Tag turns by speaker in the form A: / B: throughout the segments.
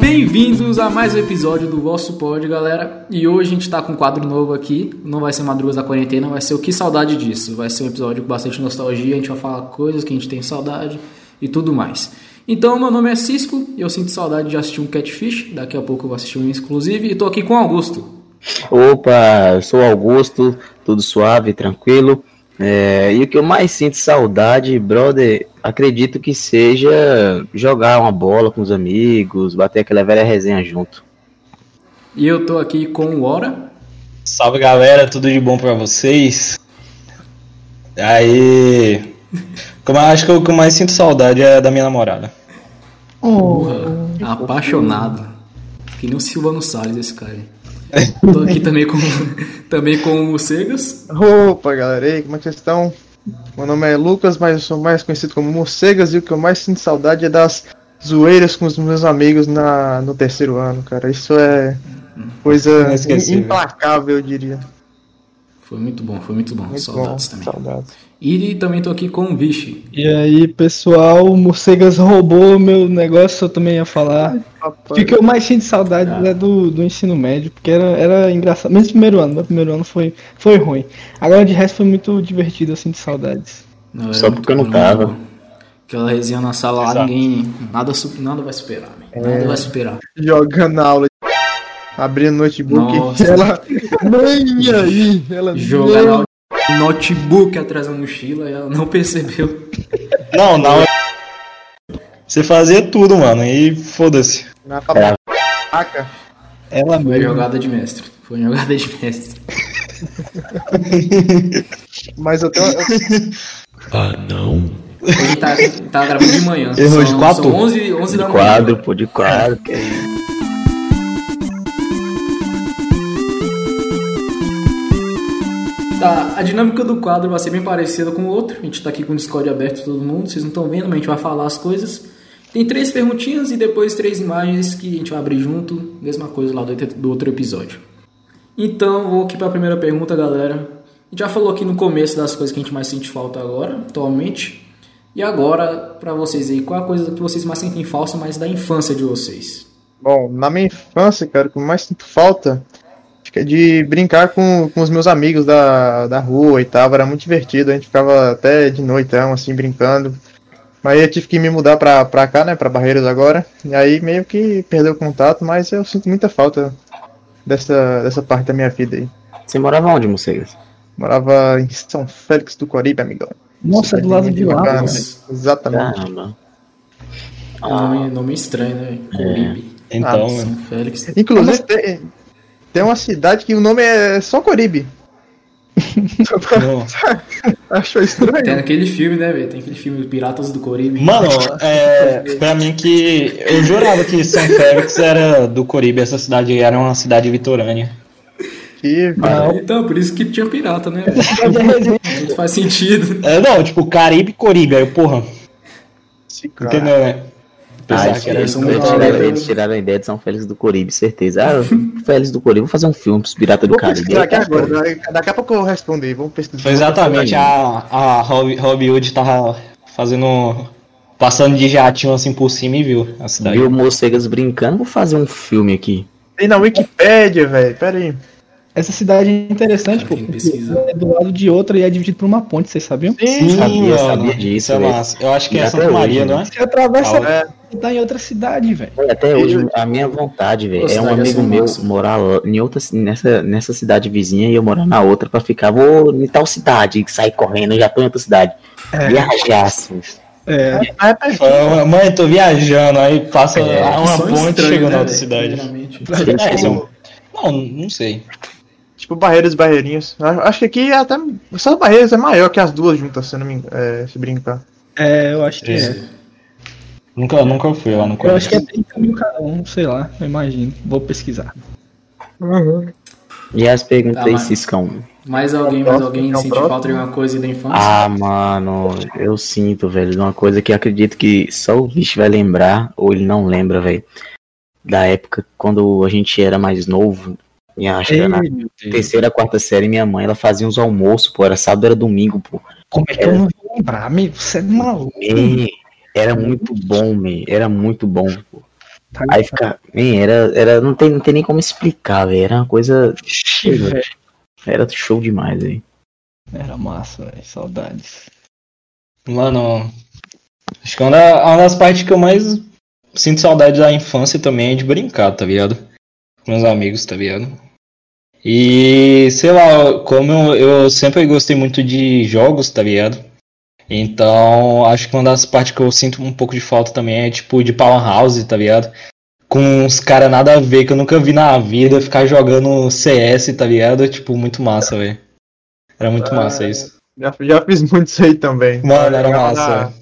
A: Bem-vindos a mais um episódio do Vosso Pod, galera. E hoje a gente tá com um quadro novo aqui. Não vai ser Madrugas da Quarentena, vai ser o Que Saudade Disso. Vai ser um episódio com bastante nostalgia, a gente vai falar coisas que a gente tem saudade e tudo mais. Então, meu nome é Cisco e eu sinto saudade de assistir um Catfish. Daqui a pouco eu vou assistir um exclusivo e tô aqui com o Augusto.
B: Opa, eu sou o Augusto, tudo suave, tranquilo. É, e o que eu mais sinto saudade, brother, acredito que seja jogar uma bola com os amigos, bater aquela velha resenha junto.
A: E eu tô aqui com o Ora.
C: Salve galera, tudo de bom pra vocês? Aí. Como eu acho que o que eu mais sinto saudade é da minha namorada.
D: Oh.
A: Apaixonado. Que nem o Silvano Salles esse cara. aí. Tô aqui também com, também com o Cegas.
E: Opa, galera, e aí, como é que vocês estão? Meu nome é Lucas, mas eu sou mais conhecido como Morcegas e o que eu mais sinto saudade é das zoeiras com os meus amigos na, no terceiro ano, cara. Isso é coisa
C: Inesquecível.
E: implacável, eu diria.
A: Foi muito bom, foi muito bom. Saudades também.
D: Saudades.
A: E também tô aqui com o Vichy.
D: E aí, pessoal, o Morcegas roubou o meu negócio, eu também ia falar. O
E: Rapaz,
D: que eu mais sinto saudade é do, do ensino médio, porque era, era engraçado. Mesmo primeiro ano, meu primeiro ano foi, foi ruim. Agora, de resto, foi muito divertido, eu sinto saudades.
A: Não, era
B: Só
A: muito
B: porque eu não
A: bom.
B: tava.
A: Aquela é resenha na sala lá,
C: Exato.
A: ninguém. Nada, su- nada vai superar, man.
B: É.
A: Nada vai superar.
E: jogando na aula, abrindo notebook,
A: Nossa.
E: ela. Nem aí, ela.
A: Jogar na no- notebook atrás da mochila e ela não percebeu.
C: Não, na hora. Você fazia tudo, mano, e foda-se.
E: Na
A: É.
E: faca.
D: Ela
A: Foi
D: mesmo.
A: jogada de mestre. Foi jogada de mestre.
E: Mas eu tenho. eu-
A: Hoje tá, tá gravando de manhã.
C: Errou de
A: são,
C: quatro?
A: são 11, 11 da
B: De
A: manhã.
B: quadro, pô, de quadro. é
A: Tá, a dinâmica do quadro vai ser bem parecida com o outro. A gente tá aqui com o Discord aberto todo mundo, vocês não estão vendo, mas a gente vai falar as coisas. Tem três perguntinhas e depois três imagens que a gente vai abrir junto, mesma coisa lá do, do outro episódio. Então, vou aqui pra primeira pergunta, galera. A gente já falou aqui no começo das coisas que a gente mais sente falta agora, atualmente. E agora, pra vocês aí, qual a coisa que vocês mais sentem falta, mas da infância de vocês?
E: Bom, na minha infância, cara, o que eu mais sinto falta acho que é de brincar com, com os meus amigos da, da rua e tal. Era muito divertido, a gente ficava até de noitão, assim, brincando. Mas aí eu tive que me mudar pra, pra cá, né, pra Barreiros agora. E aí meio que perdeu o contato, mas eu sinto muita falta dessa, dessa parte da minha vida aí.
B: Você morava onde, Mocegas?
E: Morava em São Félix do Coribe, amigão.
D: Nossa, é do lado de lá. Ah.
E: Bacana,
D: mano.
E: né? Exatamente.
B: Caramba.
A: É um nome, nome estranho, né? Coribe,
C: Então,
E: Ah,
C: mano.
A: São Félix.
E: Inclusive,
D: é
E: tem, tem uma cidade que o nome é só Coribe. Só pra-
C: não.
E: Achou
A: Tem
E: estranho.
A: aquele filme, né, velho? Tem aquele filme Piratas do Coribe.
C: Mano, é, pra mim que. Eu jurava que São Félix era do Coribe, essa cidade era uma cidade litorânea.
E: Que,
D: Não,
A: Então, por isso que tinha pirata, né?
D: mas é resenha.
A: Não faz sentido.
C: É, não, tipo, Caribe e Coribe, aí, porra,
E: esse cara.
C: entendeu, né?
B: Ah,
C: Pensar
B: isso, é
C: que era
B: eles,
A: um
B: eles,
A: nome,
B: tiraram,
A: né?
B: eles tiraram a ideia de São Félix do Coribe, certeza. Ah, Félix do Coribe, vou fazer um filme pros piratas do
E: Vou
B: Caribe.
E: pesquisar aqui agora. da- é Daqui a pouco eu respondo aí. Vamos pesquisar.
C: Foi exatamente, a, a Rob, Robin Hood tava fazendo. passando de jatinho assim por cima e viu a
E: né?
C: cidade.
B: Viu o Mocegas brincando, vou fazer um filme aqui.
E: Tem na Wikipédia, velho. Pera aí.
D: Essa cidade é interessante,
A: Cara,
D: pô.
A: tem
D: porque
A: pesquisa.
D: É do lado de outra e é dividido por uma ponte, vocês sabiam?
B: Sim, sabia, sabia
C: Isso
B: disso.
C: é
B: velho.
C: massa. Eu acho que é
B: Até
C: Santa Maria,
B: hoje,
C: não é?
B: né?
D: Você atravessa
C: Ah,
E: É,
D: e tá em outra cidade, velho.
B: Até hoje, a minha vontade, velho, é
A: Cidade
B: um amigo
A: assim,
B: meu
A: massa.
B: morar lá em outra, nessa, nessa cidade vizinha e eu morar na outra pra ficar, vou em tal cidade, e sair correndo, eu já tô em outra cidade. Viajar, assim.
D: É,
E: mas é perto.
C: Fala, Mãe, tô viajando, aí passa
B: É,
C: uma
A: Só
C: ponte e
A: estranho,
C: chega
A: né,
C: na outra
A: velho?
C: cidade.
A: Primeiramente.
C: É,
B: Sim.
C: não, não, não sei.
E: Tipo Barreiros e Barreirinhos. A- Acho que aqui é até. Só Barreiros é maior que as duas juntas, se, eu não me, en- é, se brincar.
D: é, eu acho que é.
C: Nunca, nunca fui lá no
D: Eu
C: Corinthians.
D: acho que é 30 mil cada um, sei lá, eu imagino. Vou pesquisar.
B: E as perguntas
A: Tá,
B: aí,
A: mas-
B: Ciscão?
A: Mais alguém, mais
E: Próximo,
A: alguém
E: então,
A: sente
E: próximo.
A: falta de alguma coisa da infância?
B: Ah, mano, eu sinto, velho, de uma coisa que eu acredito que só o bicho vai lembrar, ou ele não lembra, velho, da época quando a gente era mais novo, e acho que era na
D: Ei, meu Deus.
B: terceira, quarta série, minha mãe, ela fazia uns almoços, pô, era sábado, era domingo, pô.
D: Como é que eu não vou lembrar, amigo? Você é maluco.
B: É, era muito bom, man. Era muito bom. pô.
D: Tá
B: Aí fica. hein, Era, era, não, tem, não tem nem como explicar, velho. Era uma coisa.
D: Ixi, velho.
B: Era show demais, velho.
D: Era massa, velho. Saudades.
C: Mano, acho que é uma, da- uma das partes que eu mais sinto saudade da infância também é de brincar, tá ligado? Com meus amigos, tá ligado? E, sei lá, como eu, eu sempre gostei muito de jogos, tá ligado? Então, acho que uma das partes que eu sinto um pouco de falta também é, tipo, de Powerhouse, tá ligado? Com uns caras nada a ver que eu nunca vi na vida, ficar jogando CS, tá ligado? Tipo, muito massa, velho. Era muito massa isso.
E: Já, já fiz muito isso aí também.
C: Mano, era
E: Jogava
C: massa,
E: na-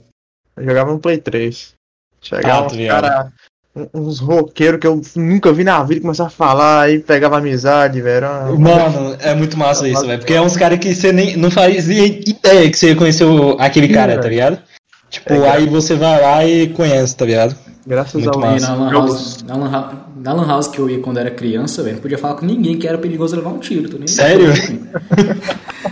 E: Eu jogava no Play 3.
C: Ah,
E: Chegava
C: tá
E: uns
C: ligado.
E: cara, um- uns roqueiros que eu nunca vi na vida, começava a falar, aí pegava amizade, velho. era-
C: Mano, é muito massa isso, velho. Porque é uns caras que você nem não fazia ideia que você conheceu aquele cara, tá ligado? Tipo, aí você vai lá e conhece, tá ligado?
E: Graças
C: Muito
E: ao
A: E
C: massa.
A: na lan,
E: jogos.
A: house, na, lan, hou- na lan house que eu ia quando era criança, velho, não podia falar com ninguém que era perigoso levar um tiro. Tô nem
C: Sério?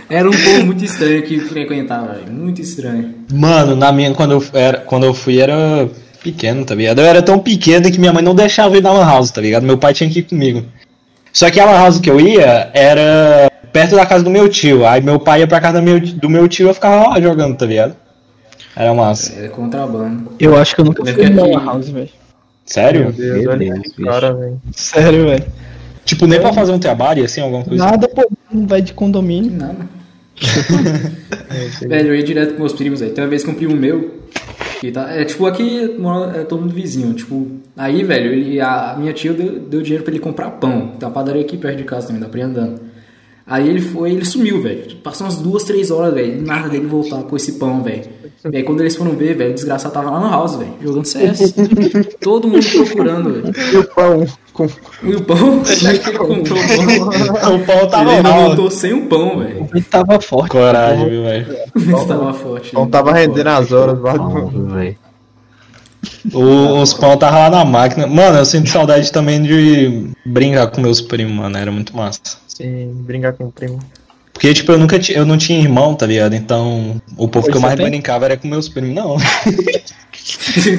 A: Era um povo muito estranho que frequentava, velho. Muito estranho.
C: Mano, na minha, quando eu, era, quando eu fui era pequeno, tá ligado? Eu era tão pequeno que minha mãe não deixava eu ir na Lan House, tá ligado? Meu pai tinha que ir comigo. Só que a Lan House que eu ia era perto da casa do meu tio. Aí meu pai ia pra casa do meu, do meu tio e eu ficava lá jogando, tá ligado? Era massa.
A: É contrabando.
D: Eu acho é que eu nunca
A: Deve
D: fui
A: ter
D: numa
A: aqui.
D: lan house, velho.
E: Meu
C: Sério?
E: Deus,
B: Meu
E: olha
B: Deus,
E: esse
B: bicho.
E: cara, velho.
D: Sério, velho.
C: Tipo, nem pra fazer um trabalho, assim, alguma coisa.
D: Nada, pô, não vai de condomínio.
A: Nada. né? Velho, eu ia direto com meus primos, velho. Tem uma vez que um primo meu. Que tá, é tipo, aqui mora é todo mundo vizinho. Tipo, aí, velho, ele, a minha tia deu, deu dinheiro pra ele comprar pão. Tem uma padaria aqui perto de casa também, dá pra ir andando. Aí ele foi, ele sumiu, velho. Passou umas duas, três horas, velho. e Nada dele voltar com esse pão, velho. Velho, quando eles foram ver, velho, o desgraçado tava lá no house, velho, jogando CS. todo mundo procurando, velho.
E: E o pão com
A: E o pão, já que ele comprou o pão.
C: o pau
A: Ele
C: tava
A: ainda
C: mal.
A: voltou sem o pão, velho.
D: Ele tava forte.
C: Coragem, viu, velho?
A: Ele tava forte.
E: pão
A: né?
E: então tava rendendo as horas,
B: Bom,
E: barulho.
B: velho.
C: O- Os pau tava lá na máquina. Mano, eu sinto saudade também de brincar com meus primos, mano. Era muito massa.
E: Sim, brincar com o primo.
C: Porque, tipo, eu nunca ti- eu não tinha irmão, tá ligado? Então, o povo
D: Pois
C: que eu
D: você
C: mais
D: tem?
C: brincava era com meus primos. Não.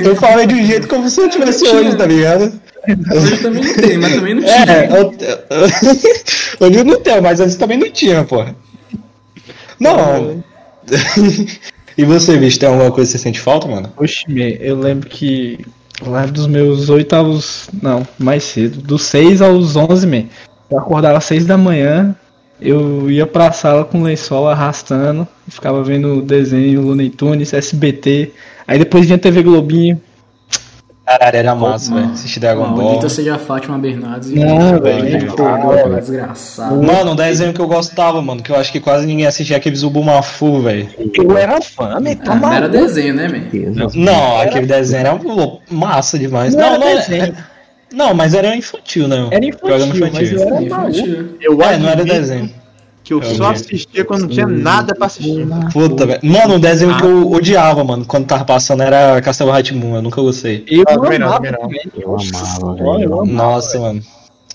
C: eu falei de um jeito como se eu tivesse hoje, tá ligado?
A: Hoje eu também não tenho, mas também não tinha.
C: É, eu, eu, hoje eu não tenho, mas antes também não tinha, pô. Não. e você, bicho, tem alguma coisa que você sente falta, mano?
D: Oxe, man, eu lembro que lá dos meus oito aos. Não, mais cedo. Dos 6 aos 11, man. Eu acordava às 6 da manhã, eu ia pra sala com o lençol arrastando, ficava vendo desenho, Looney Tunes, SBT. Aí depois vinha TV Globinho.
C: Caralho, era massa, velho. Assistir Dragon Ball.
A: Maldita seja a Fátima Bernardes. e-
D: Não,
C: velho.
A: Pô, cara, Desgraçado.
C: Mano, um desenho que eu gostava, mano, que eu acho que quase ninguém assistia aquele Zubumafu, velho.
D: Eu era fã, man,
A: Ah, mas era desenho, né, man?
B: Deus.
C: Não, aquele desenho era lo- massa demais.
D: Não
C: Não,
D: era
C: não,
D: desenho.
C: é- não, mas era infantil, né?
D: Era infantil,
C: Programa
D: mas eu era maluco.
A: Infantil.
E: Eu
C: É, não era desenho.
E: que eu só assistia quando não tinha nada pra assistir.
C: Puta, velho. Mano, um desenho que
D: Ah.
C: eu odiava, mano, quando tava passando era Castelo Ratimun, eu nunca gostei.
D: Eu
E: Ah, também não,
D: amava,
E: também não.
D: man.
B: Eu
D: Nossa
B: amava,
D: senhora,
B: velho.
D: eu amava.
C: Nossa, mano.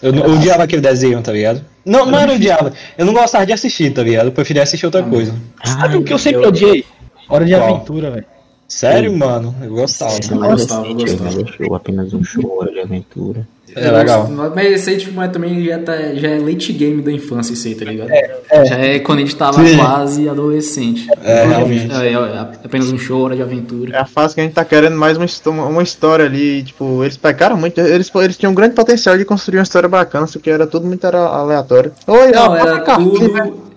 C: Eu, não- eu odiava aquele desenho, tá ligado? Não, não era odiava. Eu não gostava de assistir, tá ligado? Eu preferia assistir
D: Ah.
C: outra coisa.
D: Sabe o que eu sempre
A: eu-
D: odiei? Hora de
C: Qual?
D: aventura, velho.
C: Sério, mano? Eu gostava.
B: Eu
A: gostava,
B: gostava,
A: eu
B: eu
A: gostava.
B: Show, apenas um show, hora de aventura.
C: É legal.
A: Mas esse aí, tipo, mas também já, tá, já é late game da infância, isso aí, tá ligado? Já é quando a gente tava
C: Sim.
A: quase adolescente.
C: É, realmente.
A: É, é, é apenas um show, hora de aventura.
E: É a fase que a gente tá querendo mais uma, histó- uma história ali, tipo, eles pecaram muito, eles, eles tinham um grande potencial de construir uma história bacana, só que era tudo muito era- aleatório. Oi,
A: Não,
E: ó,
A: era
E: passa É, cartinha, né?
A: tudo.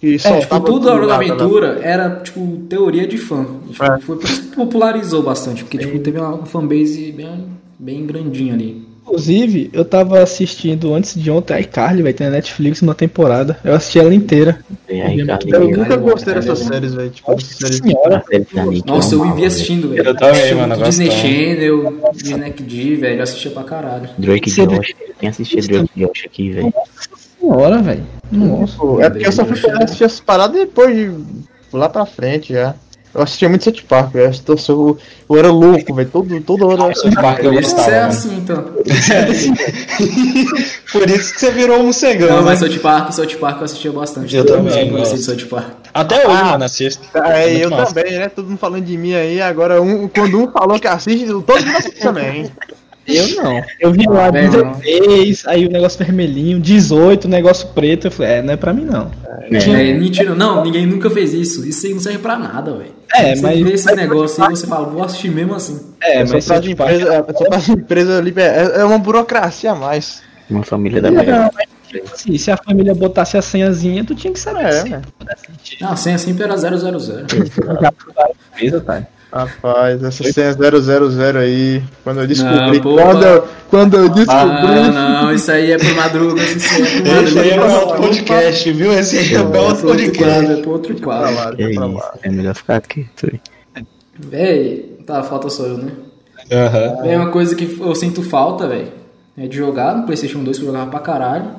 E: Que
A: É, tipo,
E: soltava
A: tudo a
C: né?
A: Hora da
E: lá, tá lá.
A: Aventura era, tipo, teoria de fã. E, tipo,
E: É.
A: Foi por isso que popularizou bastante, porque, tipo, teve uma fanbase bem, bem grandinha ali.
D: Inclusive, eu tava assistindo antes de ontem a iCarly, velho, tem na Netflix uma temporada. Eu assisti ela inteira.
B: E aí, cara,
E: Eu
B: eu-
E: nunca gostei
A: Caralho,
E: dessas
A: né?
E: séries, velho. Tipo, essas séries.
B: Era série pra mim que eu
A: Nossa, eu
B: amava,
A: vivi
B: velho.
A: assistindo, velho.
C: Eu também,
A: Assistia
C: mano,
A: muito Disney
C: gostava.
A: Channel, Disney XD, velho, eu assistia pra caralho.
B: Drake
D: Você-
B: Josh. Quem assistiu Drake Josh aqui, velho?
D: Senhora, velho. Nossa.
E: Tipo, é porque eu só fui poder assistir essas paradas depois de lá pra frente já. Eu assistia muito Set Park, velho. Eu, sou- eu era louco, velho. Todo- Toda hora eu assistia.
C: Parque eu
A: Por isso que
C: gostava,
A: você é
C: mano.
A: assim, então.
C: Por isso que você virou um cegão.
A: Não,
C: né?
A: mas South Park, South Park eu assistia bastante.
C: Eu também
A: sempre gostei de
C: gosto.
A: South Park.
C: né? Até hoje,
E: Ah,
C: mano, assisto.
E: É, eu
C: Muito massa.
E: também, né? Todo mundo falando de mim aí. Agora, um, quando um falou que assiste, todo mundo assiste também.
D: Eu não. Eu vi lá
A: Também não.
D: 16, aí o negócio vermelhinho, 18, o negócio preto. Eu falei, é, não é pra mim não.
B: É.
A: É, mentira, não, ninguém nunca fez isso. Isso aí não serve pra nada, velho.
D: É,
A: você
D: mas.
A: vê esses negócios aí e você fala, vou assistir mesmo assim.
D: É,
E: Só
D: mas.
E: pra de
D: tipo,
E: empresa, só pra de empresa liber- é é uma burocracia a mais.
B: Uma família
D: É.
B: da merda.
D: Não, mas tipo assim, se a família botasse a senhazinha, tu tinha que saber.
E: É,
D: se
E: né?
D: pudesse.
A: Não, sem assim era 000.
D: Já provaram a empresa, tá?
E: Rapaz, essa senha 000 aí, quando eu descobri,
A: Não, pô,
E: quando, eu, quando eu descobri,
A: Ah, não, isso aí é pro madruga, isso aí é pro madruga.
C: Esse aí é
A: Nossa,
C: outro podcast, viu? Esse aí é
A: é pro outro quadro,
C: outro podcast.
A: é pro outro
E: pra
A: quadro.
E: lá,
B: É,
E: pra
B: isso,
E: lá.
B: é melhor ficar aqui. Tui.
A: Véi, tá, falta só eu, né?
C: Aham.
A: É uma coisa que eu sinto falta, velho. É de jogar no PlayStation 2 que eu jogava pra caralho.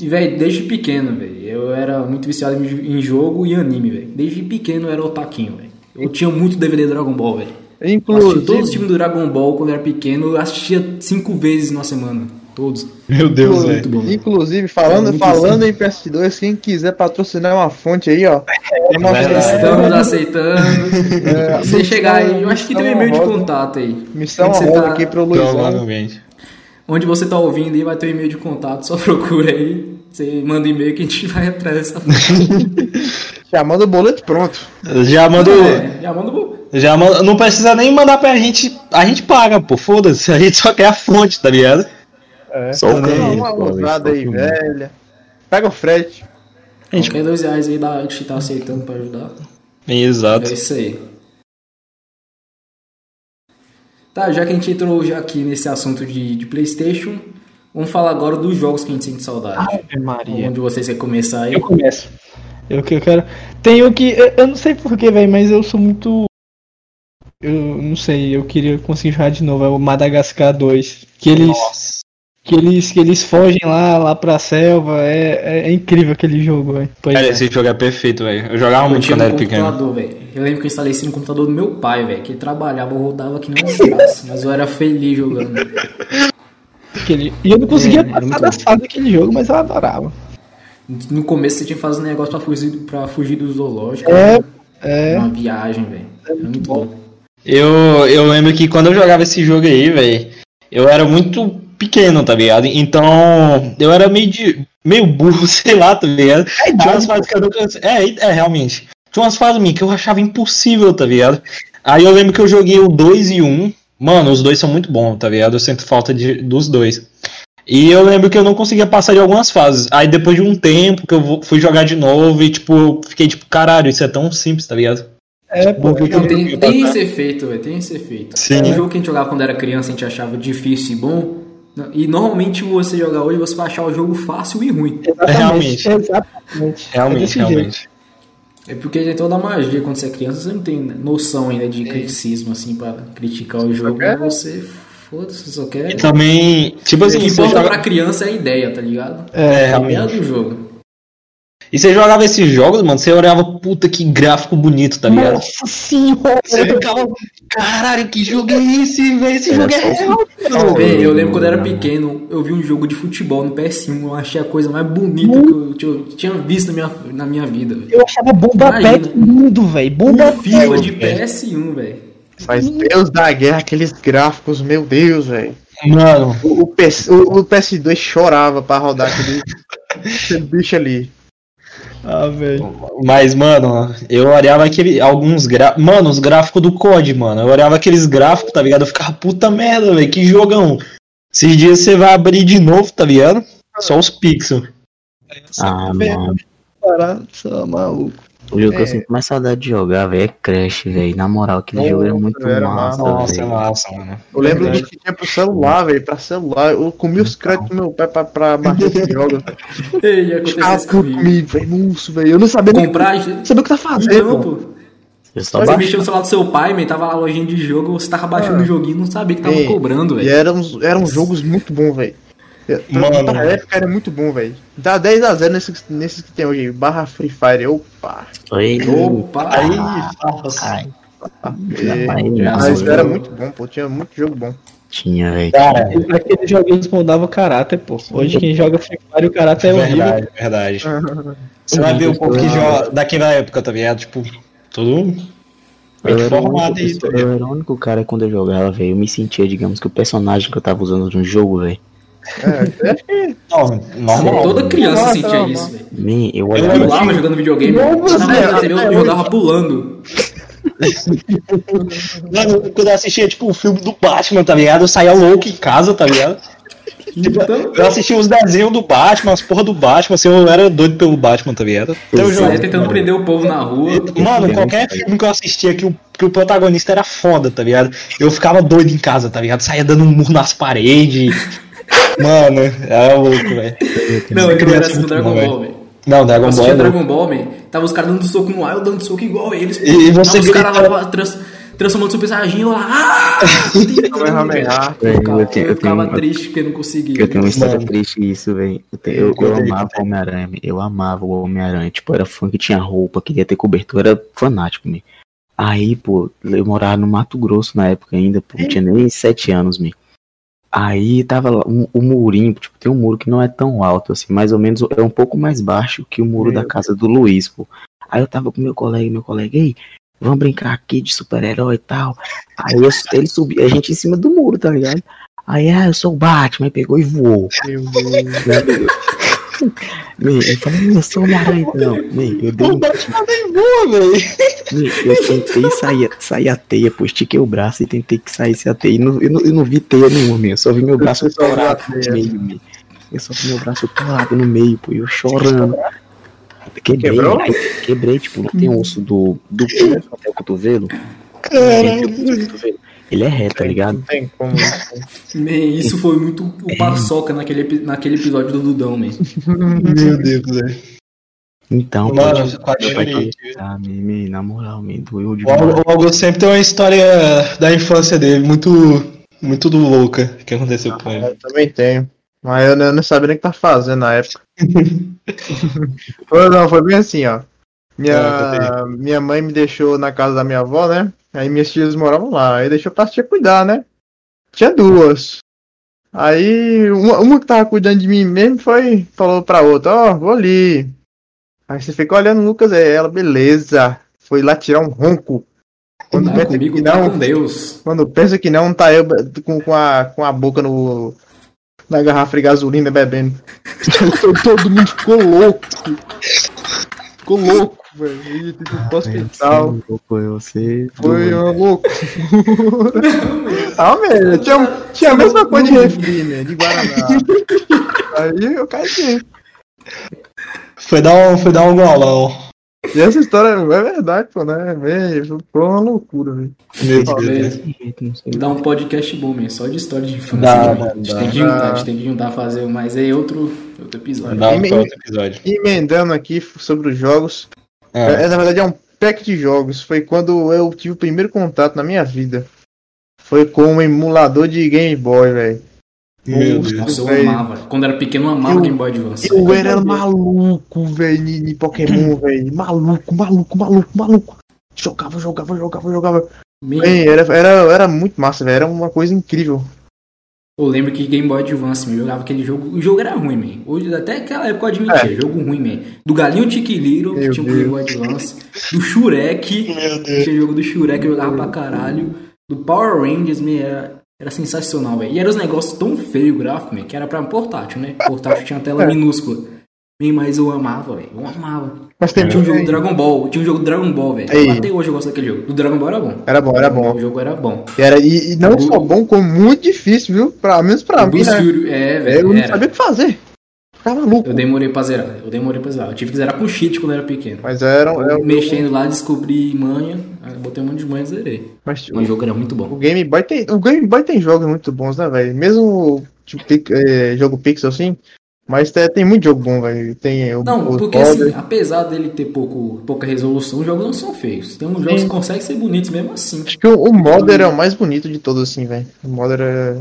A: E, velho, desde pequeno, velho. Eu era muito viciado em em jogo e anime, velho. Desde pequeno eu era otaquinho, velho. Eu tinha muito DVD Dragon Ball, velho. Eu assistia todos os
E: Inclusive,
A: filmes do Dragon Ball quando eu era pequeno. Eu assistia cinco vezes na semana. Todos.
C: Meu Deus,
E: Muito
C: velho.
A: Muito bom. velho.
E: inclusive
A: É
E: falando,
A: muito
E: falando em PS2, quem quiser patrocinar uma fonte aí, ó, é,
A: Estamos Tá aceitando. Se
E: É, missão-
A: chegar aí, eu acho que tem um
E: missão
A: e-mail de
E: honrosa.
A: contato aí. Tem
E: missão
A: que tá
E: roda
A: sentar-
E: aqui pro Luizão.
C: Então, Provavelmente.
A: Onde você tá ouvindo aí, vai ter um e-mail de contato, só procura aí. Você manda um e-mail que a gente vai atrás dessa
E: Chamando o boleto pronto.
C: Já mandou.
A: É, já manda o-
C: Já manda- Não precisa nem mandar pra gente. A gente paga, pô. Foda-se. A gente só quer a fonte, tá ligado?
E: É.
B: Só o
E: Dá
B: Cleide,
E: uma
B: pô,
E: usada
B: só
E: aí,
B: o Cleide.
E: velha. Pega o frete.
C: Gente-
A: Qualquer dois reais aí dá, a gente tá aceitando pra ajudar. É
C: Exato.
A: isso aí. Tá, já que a gente entrou já aqui nesse assunto de, de Playstation, vamos falar agora dos jogos que a gente sente saudade.
D: Ave Maria.
A: Onde vocês querem começar aí?
D: Eu começo. Eu É que eu quero. Tem o que. Eu, eu não sei porquê, velho, mas eu sou muito. Eu não sei, eu queria conseguir jogar de novo. É o Madagascar 2. Que eles,
C: Nossa.
D: que eles, que eles fogem lá, lá pra selva. É, é, é incrível aquele jogo, velho. Pois
C: Cara,
D: é.
C: esse jogo é perfeito, velho. Eu jogava
A: Eu
C: muito
A: tinha
C: quando
A: um
C: era pequeno.
A: computador, velho. Eu lembro que eu instalei isso no computador do meu pai, velho. Que ele trabalhava, eu rodava que nem um desgraça, mas eu era feliz jogando.
D: Aquele- E eu não conseguia
A: É, era muito
D: passar das fases daquele jogo, mas tá eu adorava.
A: No começo você tinha que fazer um negócio pra fugir, pra fugir do zoológico.
D: É,
A: né?
D: é.
A: Uma viagem, velho. Era muito bom.
C: Eu, eu lembro que quando eu jogava esse jogo aí, velho, eu era muito pequeno, tá ligado? Então, eu era meio de. meio burro, sei lá, tá ligado?
D: É
C: Tinha umas fases que eu nunca. É, é, realmente. Tinha umas fases minhas que eu achava impossível, tá ligado? Aí eu lembro que eu joguei o 2 e 1. Um. Mano, os dois são muito bons, tá ligado? Eu sinto falta de, dos dois. E eu lembro que eu não conseguia passar de algumas fases. Aí depois de um tempo que eu vo- fui jogar de novo e, tipo, eu fiquei tipo, caralho, isso é tão simples, tá ligado?
D: É,
C: Bom,
D: pô.
C: que que eu
A: Não, Então, tem,
C: joguei
A: tem
C: pra
A: esse efeito, velho. Tem esse efeito.
C: Sim.
A: Um jogo que a gente jogava quando era criança, a gente achava difícil e bom. E normalmente você jogar hoje, você vai achar o jogo fácil e ruim.
E: É,
D: Exatamente. Exatamente. É
C: Realmente,
D: desse jeito.
C: realmente.
A: É porque tem toda a magia quando você é criança, você não tem noção ainda de criticismo, assim, pra criticar o jogo.
E: quer-
A: Mas você, foda-se, só quer.
C: E também, Então, tipo
A: O
C: assim,
A: que
C: você
A: importa
C: joga...
A: pra criança é a ideia, tá ligado?
C: É,
A: a ideia
C: realmente.
A: do jogo.
C: E você jogava esses jogos, mano, você olhava, puta, que gráfico bonito, tá ligado?
D: Nossa senhora!
C: Você ficava, caralho, que jogo é esse, velho? Esse
B: É,
C: jogo é
B: só-
C: real,
B: só-
C: mano.
A: Véi, eu lembro quando eu era pequeno, eu vi um jogo de futebol no PS1, eu achei a coisa mais bonita que
C: Hum.
A: eu tinha- tinha visto na minha, na minha vida. velho.
D: Eu achava bomba
A: Imagina.
D: pack lindo, velho. Bomba
A: Um
D: pack.
A: FIFA de
C: velho.
A: PS1, velho.
E: Mas
D: Hum.
E: Deus da guerra, aqueles gráficos, meu Deus, velho.
C: Mano,
E: O, o PS, o, o PS2 chorava pra rodar aquele, aquele bicho ali.
D: Ah, velho.
C: mas, mano, eu olhava aquele, alguns gráficos, mano, os gráficos do COD, mano, eu olhava aqueles gráficos, tá ligado? Eu ficava, puta merda, velho, que jogão. Esses dias você vai abrir de novo, tá ligado? Só os pixels.
B: Ah,
D: velho.
B: mano.
D: Parado, só maluco.
B: O jogo que
E: É.
B: eu sinto mais saudade de jogar, velho, é Crash, velho. Na moral, aquele
E: Nossa,
B: jogo era muito
E: era
B: massa,
C: Nossa, é
B: velho.
C: massa, mano.
E: Eu lembro
B: Verdade.
E: do que tinha pro celular, velho, pra celular. Eu comi os créditos do meu pai pra, pra bater esse jogo.
A: Ei,
C: Ah,
A: aconteceu isso
E: Chato
A: comigo.
E: comigo, velho, moço, velho. Eu não sabia nem não
A: Comprar.
E: sabia o que tá fazendo.
A: Não,
E: pô.
A: pô.
B: Eu só
A: Você
B: baixei.
A: mexeu no celular do seu pai, man, tava lá a lojinha de jogo, você tava baixando o joguinho e não sabia que tava
E: Ei,
A: cobrando,
E: E
A: velho.
E: eram, uns- eram jogos muito bons, velho. É, pra-
C: Mano.
E: pra época era muito bom, velho. Dá 10 a 0 nesses, nesses que tem hoje. Barra Free Fire, opa.
B: Aí,
A: Opa! é
C: nossa.
A: já
B: aí, nossa,
E: Mas
A: sou
E: é, era
A: eu.
E: muito bom, pô. Tinha muito jogo bom.
B: tinha, velho.
C: Cara,
D: Aqueles joguinhos moldavam o caráter, pô. Hoje quem joga Free Fire, o caráter é horrível.
C: Verdade, verdade. um Você vai ver o povo que joga daquela época, tá ligado? Tipo, é, tudo.
B: Eu era, o
C: formado
B: único,
C: aí, tá
B: eu era o único cara quando eu jogava, velho. Eu me sentia, digamos, que o personagem que eu tava usando no jogo, velho.
E: É, acho que
C: Não, normal.
A: Toda criança
E: Nossa,
A: sentia
E: mano.
A: isso, velho.
B: Man, eu
A: Eu
B: olhava.
A: pulava jogando videogame.
E: Não,
A: Eu tava
E: você-
A: na TV, eu
E: até
A: jogava pulando.
C: Mano, quando eu assistia, tipo, o filme do Batman, tá ligado? Eu saía louco em casa, tá ligado?
A: Então,
C: Eu assistia os desenhos do Batman, as porra do Batman, assim, eu era doido pelo Batman, tá ligado? Então, eu
A: você ia
C: jogava.
A: tentando prender o povo na rua.
C: Mano, qualquer filme que eu assistia que o, que o protagonista era foda, tá ligado? Eu ficava doido em casa, tá ligado? Saía dando um murro nas paredes. Mano, era louco, velho.
A: Não, eu era
C: criança
A: assim no
C: muito
A: Dragon
C: bom,
A: Ball, velho.
C: Não,
A: Eu
C: Dragon Ball.
A: assistia
C: é louco.
A: Dragon Ball, man. Tava os caras dando soco no ar, eu dando soco igual a eles.
C: E- e você
A: Tava os caras
C: gritando-
A: lá trans, transformando Super Saiyajin eu lá. Ah!
E: Kamehameha.
A: Eu ficava,
B: Eu tenho-
A: eu
B: eu
A: ficava
B: tenho-
A: triste porque eu não conseguia.
B: assim, Eu tenho uma história
C: Mano.
B: triste isso, velho. Eu, te- eu, eu
C: Conta aí,
B: amava o Homem-Aranha, man. eu amava o Homem-Aranha. Tipo, era fã que tinha roupa, queria ter cobertura, era fanático, man. Aí, pô, eu morava no Mato Grosso na época ainda, pô, não tinha nem sete anos, man. Aí tava lá um, um murinho, tipo, tem um muro que não é tão alto, assim, mais ou menos, é um pouco mais baixo que o muro da casa do Luiz, pô. Aí eu tava com meu colega, meu colega, ei, vamos brincar aqui de super-herói e tal. Aí eu- ele subia, a gente em cima do muro, tá ligado? Aí, ah, eu sou o Batman, aí pegou e voou.
E: Meu Deus.
B: Meu, eu falei, "Meu, eu sou o Homem-Aranha, então. Meu, eu dei
C: O
B: um
C: Batman nem boa, velho.
B: Meu, Eu tentei sair, sair a teia, pô, estiquei o braço e tentei que saísse a teia. E não, eu, não, eu não vi teia nenhuma, meu. Eu só vi meu braço
E: só viu a
B: torado no
E: teia.
B: meio, meu. Eu só vi meu braço torado no meio, pô, e eu chorando. Quebrei,
E: Quebrou?
B: aí quebrei, tipo, não tem osso do, do pé até o cotovelo. Tem o cotovelo. Ele é reto, tá ligado?
E: Não tem como.
A: Man, isso foi muito o paçoca naquele, epi- naquele episódio do Dudão, man.
C: Meu Deus, velho.
B: Então, pô,
C: Mano,
B: tipo,
C: quase
B: meu pai
C: chorei.
B: falou, "Ah, meu, meu, na moral, me doeu
C: O
B: demais.
C: Algo o Algo sempre tem uma história da infância dele muito, muito louca que aconteceu com ele.
E: Eu também tenho. Mas eu não, eu não sabia nem o que tá fazendo na época. foi, não, foi bem assim, ó.
C: Ah,
E: Minha, minha mãe me deixou na casa da minha avó, né? Aí minhas tias moravam lá. Aí deixou pra tia cuidar, né? Tinha duas. Aí uma, uma que tava cuidando de mim mesmo foi. Falou pra outra, ó, vou ali. Aí você fica olhando, Lucas, é ela, beleza. Foi lá tirar um ronco. Quando
A: Tá
E: pensa que
A: comigo, tá
E: não,
A: com Deus.
E: quando pensa que não, tá eu be- com, com, a, com a boca no. Na garrafa de gasolina bebendo. Todo- Todo mundo ficou louco. Ficou louco, velho. E tipo, pro hospital.
B: Foi você.
E: Foi
B: doeu.
E: uma loucura. ah, velho. Tinha, tinha a mesma coisa de refri, né? De Guaraná. Aí eu caí. dentro.
C: Foi dar um, foi dar um golão.
E: E essa história é verdade, pô, né? Velho, foi uma loucura, velho.
C: Meu
E: Ó,
C: Deus.
A: Man,
B: Não sei
A: É. dá um podcast bom, man. Só de história de infância.
C: Dá,
A: man. a
C: dá,
A: gente
C: dá.
A: tem que juntar, a gente tem que juntar, fazer. Mas é outro, outro episódio.
C: Dá um pra outro episódio.
E: E Emendando aqui sobre os jogos.
C: É.
E: É, na verdade, é um pack de jogos. Foi quando eu tive o primeiro contato na minha vida. Foi com um emulador de Game Boy, velho.
C: Meu
E: Nossa,
C: Deus.
A: Nossa, eu
E: Véi.
A: amava. Quando era pequeno, eu amava
E: Eu-
A: Game Boy Advance.
E: Eu era maluco, velho, em em Pokémon, velho. Maluco, maluco, maluco, maluco. Jogava, jogava, jogava, jogava.
A: Man,
E: Véi, era, era, era muito massa, velho. Era uma coisa incrível.
A: Eu lembro que Game Boy Advance, meu, eu jogava aquele jogo. O jogo era ruim, man. Hoje, até aquela época eu admitia, jogo ruim, man. Do Galinho Tiquiliro, que
E: É. Meu
A: tinha o
E: Deus.
A: Game Boy Advance. Do Shurek,
C: Meu Deus.
A: tinha o jogo do Shurek, eu jogava pra caralho. Do Power Rangers, man, era, era sensacional, velho. E eram uns negócios tão feios, gráfico, man, que era pra portátil, né? Portátil tinha
E: É.
A: tela minúscula. Man, mas eu amava, velho. Eu amava.
E: Mas tem
A: Tinha um jogo do Dragon Ball, tinha um jogo do Dragon Ball,
E: É. Ei.
A: velho. Até hoje eu gosto daquele jogo. Do Dragon Ball era bom.
E: Era bom, era bom.
A: O jogo era bom.
E: Era, e, e não só bom, como muito difícil, viu? Pra, menos pra
A: O
E: mim,
A: Blues
E: né?
A: Fury, é, velho.
E: Eu não
A: era.
E: sabia o que fazer. Ficava maluco.
A: Eu demorei pra zerar, eu demorei pra zerar. Eu tive que zerar com cheat quando eu era pequeno.
E: Mas era, um- era um-
A: Mexendo lá, descobri manha, aí botei um monte de manha e zerei.
E: mas
A: Mas o jogo era muito
E: O
A: bom.
E: Game Boy tem, o Game Boy tem jogos muito bons, né, velho? Mesmo tipo, pic- eh, jogo pixel assim, mas te- tem muito jogo bom, velho. Tem o,
A: Não,
E: o é-
A: porque
E: Border,
A: assim, apesar dele ter pouco, pouca resolução, os jogos não são feios. Tem uns jogos que conseguem ser bonitos mesmo assim.
E: acho que o, o Modder é o mais bonito de todos assim, velho. O Modder é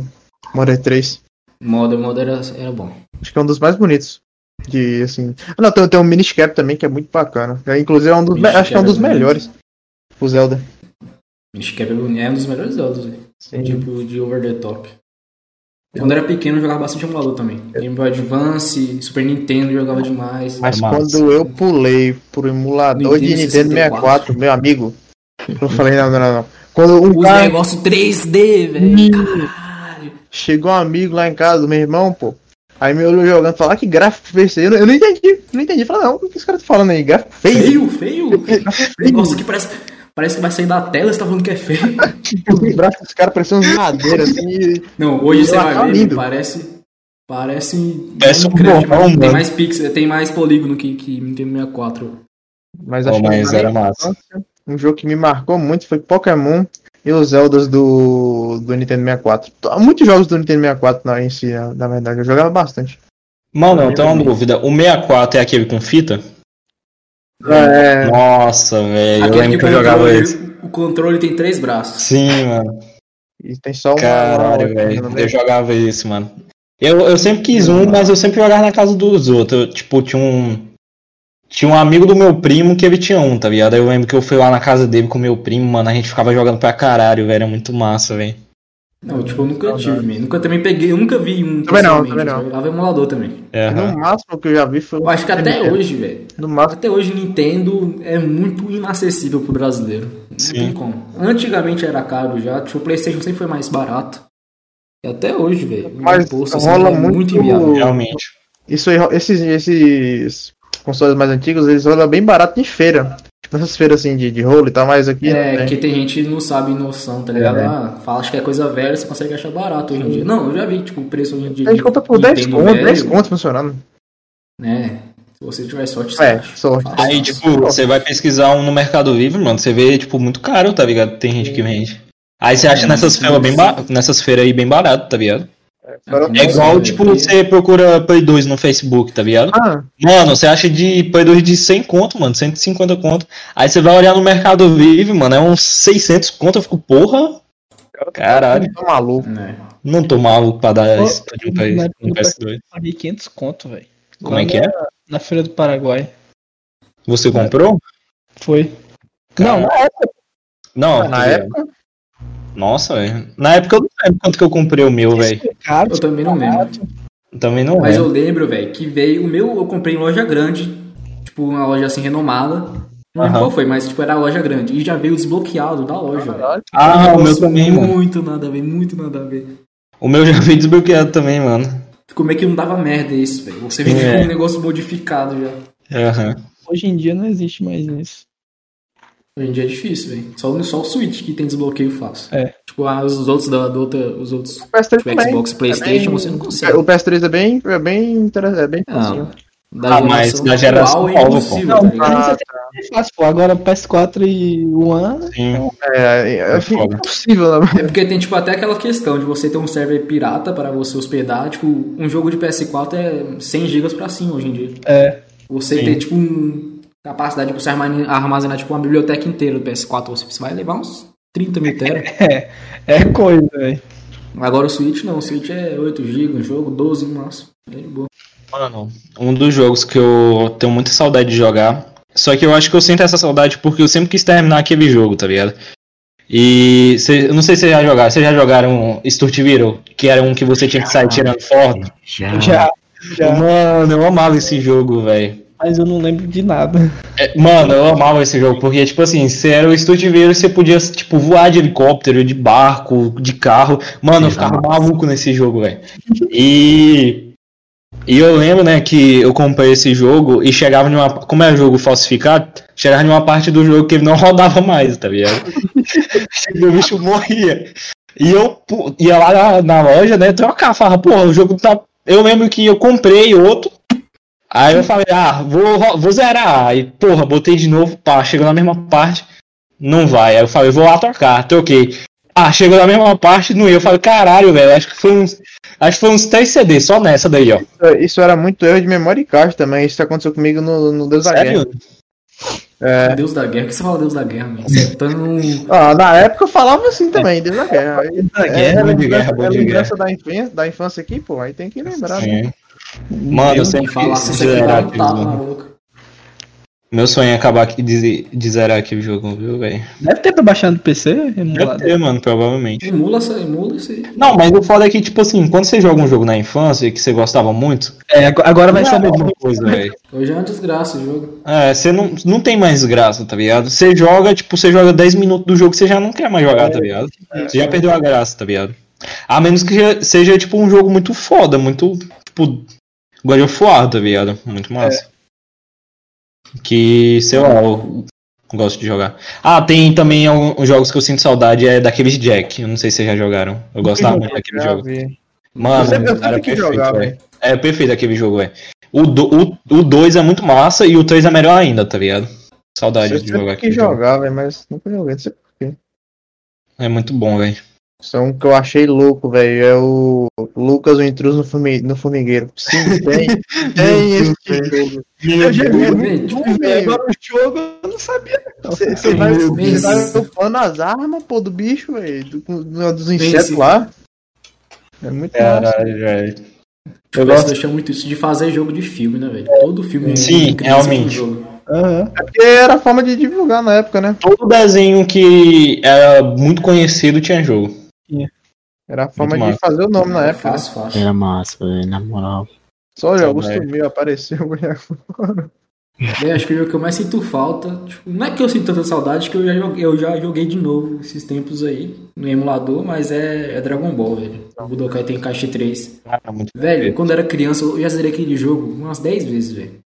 E: Modder 3.
A: Moda, moda era, era bom.
E: Acho que é um dos mais bonitos de assim. Ah, não, tem, tem o Miniscap também que é muito bacana. É, inclusive é um dos, me- acho que é um dos
A: Miniscap é bonito.
E: melhores. O Zelda.
A: Miniscap é um é um dos melhores jogos, velho. Tipo, de over the top. Quando eu era pequeno, eu jogava bastante emulador também. Game Boy Advance, Super Nintendo, eu jogava demais.
E: É. Mas
C: massa.
E: quando eu pulei pro emulador de
A: Nintendo
E: Nintendo
A: 64,
E: 64, meu amigo, Eu falei, não, não, não. não. Quando um
A: Os
E: cara
A: negócios 3D, velho. Caralho.
E: chegou um amigo lá em casa, meu irmão, pô. Aí me olhou jogando, falar que gráfico feio isso aí. Eu não, eu não entendi, não entendi. Falei, não, o que esse cara tá falando aí? Gráfico feio?
A: Feio, feio. Negócio que parece, parece que vai sair da tela, você tá falando que é feio.
E: Os braços dos caras pareciam uns madeiras, assim. e-
A: Não, hoje você
E: Ah,
A: vai
E: tá
A: ver,
E: lindo.
A: parece. Parece.
C: Parece um
A: Minecraft,
E: borrão,
A: mas Tem
E: mano.
A: mais pixel, tem mais polígono que, que Nintendo 64.
E: Mas
C: Pô,
E: acho que
C: mas
E: na
C: era
E: minha
C: massa.
E: infância, Um jogo que me marcou muito foi Pokémon e os Zeldas do, do Nintendo 64. Tô- Muitos jogos do Nintendo 64 na, em si, né, na na verdade, eu jogava bastante.
C: Mano, eu tenho uma dúvida. O 64 é aquele com fita?
E: É,
C: Nossa, velho. Eu lembro que eu jogava esse.
A: é o controle tem três braços.
C: Sim, mano.
E: e tem só uma. né,
C: Caralho,
E: uma-
C: velho. Eu jogava isso, mano. Eu, eu sempre quis um, mas eu sempre jogava na casa dos outros. Eu, tipo, tinha um. Tinha um amigo do meu primo que ele tinha um, tá ligado? Aí Eu lembro que eu fui lá na casa dele com meu primo, mano. A gente ficava jogando pra caralho, velho. É muito massa, velho.
A: Não, tipo, eu nunca tive, man. Nunca também peguei, eu nunca vi um.
E: Também não,
A: pessoalmente,
E: também não.
A: Eu jogava emulador também.
C: É,
E: No
C: aham.
E: máximo que eu já vi foi.
A: Eu acho que até hoje, velho.
E: No máximo.
A: Até hoje Nintendo é muito inacessível pro brasileiro. Não
C: Sim.
A: tem como. Antigamente era caro já, tipo, o Playstation sempre foi mais barato. E até hoje, velho.
E: Mas
A: assim,
E: rola
A: é
E: muito-
A: inviável.
C: realmente.
E: Isso aí, esses, esses consoles mais antigos, eles rodam bem barato em feira. Tipo nessas feiras assim de, de rolo e tal, mas aqui.
A: É,
E: né?
A: que tem gente que não sabe noção, tá ligado? Ah, fala acho que é coisa velha, você consegue achar barato hoje em dia. Não, eu já vi, tipo, o preço hoje em dia.
E: A gente
A: de
E: conta por 10
A: Nintendo
E: contos,
A: velho,
E: 10 contos funcionando.
A: Né? Se você tiver sorte,
E: É,
A: você acha.
E: sorte.
A: Fácil,
C: Aí,
A: fácil.
C: tipo, você vai pesquisar um no Mercado Livre, mano. Você vê, tipo, muito caro, tá ligado? Tem gente que vende. Aí você acha nessas feiras, bem ba- nessas feiras aí bem barato, tá ligado? É igual, tipo, você procura Play 2 no Facebook, tá ligado?
E: Ah,
C: Mano, você acha de Play 2 de 100 conto, mano, 150 conto. Aí você vai olhar no Mercado Livre, mano, é uns 600 conto, eu fico, porra. Caralho,
E: tô maluco.
A: Né?
C: não tô maluco pra dar
D: Pô,
C: esse pra um PS-
D: na
C: um
D: época
C: PS2.
D: eu paguei 500 conto, velho.
C: Como é que é?
D: Na Feira do Paraguai.
C: Você comprou?
D: Foi. Não, na época. Ah,
C: Não,
E: Na
C: tá ligado? Nossa, velho. Na época eu não lembro quanto que eu comprei o meu, velho.
D: isso foi caro,
A: Eu também não lembro.
C: Também não
A: Mas
C: lembro.
A: eu lembro, velho, que veio. O meu eu comprei em loja grande, tipo, uma loja assim renomada. Não lembro
C: Aham.
A: qual foi, mas tipo, era a loja grande. E já veio desbloqueado da loja, velho.
C: Ah, o meu
A: Nossa,
C: também, mano.
A: Muito nada a ver, muito nada a ver.
C: O meu já veio desbloqueado também, mano.
A: Como é que não dava merda isso, velho? Você vendeu
C: É.
A: um negócio modificado já.
C: Aham.
D: Hoje em dia não existe mais isso.
A: Hoje em dia é difícil, velho. Só, só o Switch que tem desbloqueio fácil.
D: É.
A: Tipo, ah, os outros da, do outra, os outros
E: O PS3
A: tipo,
E: também.
A: Xbox, Playstation, você não consegue.
E: O PS3 tá é bem, é bem interessante, é bem
A: Não.
E: fácil.
A: Da
C: Ah, mas da geração
A: atual é
C: nova, pô.
A: impossível, tá ligado?
E: Ah,
D: É fácil, pô. Agora PS4 e One.
C: Sim.
E: é, é,
C: É
E: assim,
C: foda.
E: impossível, né?
A: É porque tem tipo até aquela questão de você ter um server pirata para você hospedar, tipo, um jogo de PS4 é 100 GB pra cima hoje em dia.
D: É.
A: Você
C: Sim.
A: ter tipo um capacidade de você armazena- armazenar tipo uma biblioteca inteira do PS4, você você vai levar uns 30 mil tera.
D: É coisa, velho.
A: Agora o Switch não, o Switch é 8 GB, um jogo 12 no máximo. É de boa.
C: Mano, um dos jogos que eu tenho muita saudade de jogar. Só que eu acho que eu sinto essa saudade porque eu sempre quis terminar aquele jogo, tá ligado? E cê- eu não sei se vocês já jogaram. Vocês já jogaram Sturteviro? Que era um que você tinha que sair tirando foto?
B: Já.
D: Já, já.
C: Mano, eu amava esse jogo, velho.
D: Mas eu não lembro de nada.
C: É, mano, eu amava esse jogo porque, tipo assim, você era o Sturteviro, você podia, tipo, voar de helicóptero, de barco, de carro. Mano, eu ficava maluco nesse jogo, velho. E. E eu lembro, né, que eu comprei esse jogo e chegava numa. Como é jogo falsificado, chegava numa parte do jogo que ele não rodava mais, tá ligado? e o bicho morria. E eu pu- ia lá na, na loja, né, trocar, falava, porra, o jogo tá. Eu lembro que eu comprei outro. Aí eu falei, ah, vou, ro- vou zerar. Aí, porra, botei de novo, pá, chegou na mesma parte, não vai. Aí eu falei, vou lá trocar, troquei. Ah, chegou na mesma parte, não ia. Eu falei, caralho, velho, acho que foi uns. Acho que foi uns 3 CD só nessa daí, ó.
E: Isso era muito erro de memória e caixa também. Isso aconteceu comigo no, no Deus da Guerra.
C: Sério? É.
A: Deus da Guerra, o que você fala Deus da Guerra, mano? Você é tão.
E: Ah, na época eu falava assim também, Deus da Guerra. Aí,
C: da
E: é,
C: Guerra,
E: é
C: bom de
E: lembrança-
C: guerra, bom
E: é
C: de
E: lembrança da infância, da infância aqui, pô, aí tem que lembrar. né?
C: Sim. Mano, eu
A: Quem
C: sempre
A: falasse isso aqui,
C: Zerar né?
A: dá um
C: aqueles
A: tapa na
C: jogos.
A: boca.
C: Meu sonho é acabar aqui de, de zerar aqui o jogo, viu, velho?
D: Deve ter pra baixar no PC,
C: Deve
D: emulado.
C: ter, mano, provavelmente.
A: Emula, essa- emula isso aí.
C: Não, mas o foda é que, tipo assim, quando você joga um jogo na infância que você gostava muito,
D: É, agora agora vai ser a
C: não é
D: mesma.
C: mesma coisa, velho.
A: Hoje é uma desgraça o jogo.
C: É, você não, não tem mais graça, tá ligado? Você joga, tipo, você joga 10 minutos do jogo, você já não quer mais jogar, tá ligado? Você já perdeu a graça, tá ligado? A menos que já- seja, tipo, um jogo muito foda, muito, tipo, God of War, tá ligado? Muito massa. Que, sei lá, eu gosto de jogar. Ah, tem também alguns jogos que eu sinto saudade, é daqueles Jack. Eu não sei se vocês já jogaram. Eu gostava muito daquele
E: Já
C: jogo.
E: vi.
C: Mano,
E: Eu sempre- eu sempre
C: era
E: quis
C: é perfeito,
E: jogar,
C: velho.
E: velho.
C: É perfeito aquele jogo, velho. O 2 o, o dois é muito massa e o 3 é melhor ainda, tá ligado? Saudade
E: Eu
C: é de jogar
E: sempre
C: aquele
E: quis
C: jogo.
E: jogar, velho, mas nunca joguei. Não sei
C: É muito bom, velho.
E: Isso é um que eu achei louco, velho. É o Lucas, o intruso no, fumi... no formigueiro. Sim, tem. tem esse jogo. Eu já
C: É,
E: vi
A: Gente,
E: muito, velho.
D: o jogo eu não sabia.
E: Você você vai
A: Meu
E: você
A: Deus.
E: vai upando as armas, pô, do bicho, velho. do- do- Dos insetos
A: Esse.
E: lá. É muito massa.
C: Caralho, velho.
A: eu
C: gosto-
A: gosto muito isso de fazer jogo de filme, né, velho? Todo filme
C: Sim,
A: incrível,
C: realmente.
A: um jogo.
D: Aham.
E: É Porque era a forma de divulgar na época, né?
C: Todo desenho que era muito conhecido tinha jogo.
E: Era a forma
C: Muito
E: de fazer o nome na época. né?
A: Fácil, é fácil.
B: Era massa, velho, na moral.
E: Só o Augusto
C: Também.
E: sumiu, apareceu. velho.
C: É.
A: Bem, acho que o jogo que eu mais sinto falta. tipo, não é que eu sinto tanta saudade, que eu já joguei, eu já joguei de novo esses tempos aí, no emulador, mas é, é Dragon Ball, velho. O Budokai tem caixa 3.
C: Cara, muito
A: Velho, quando eu era criança, eu já zerei aquele jogo umas 10 vezes, velho.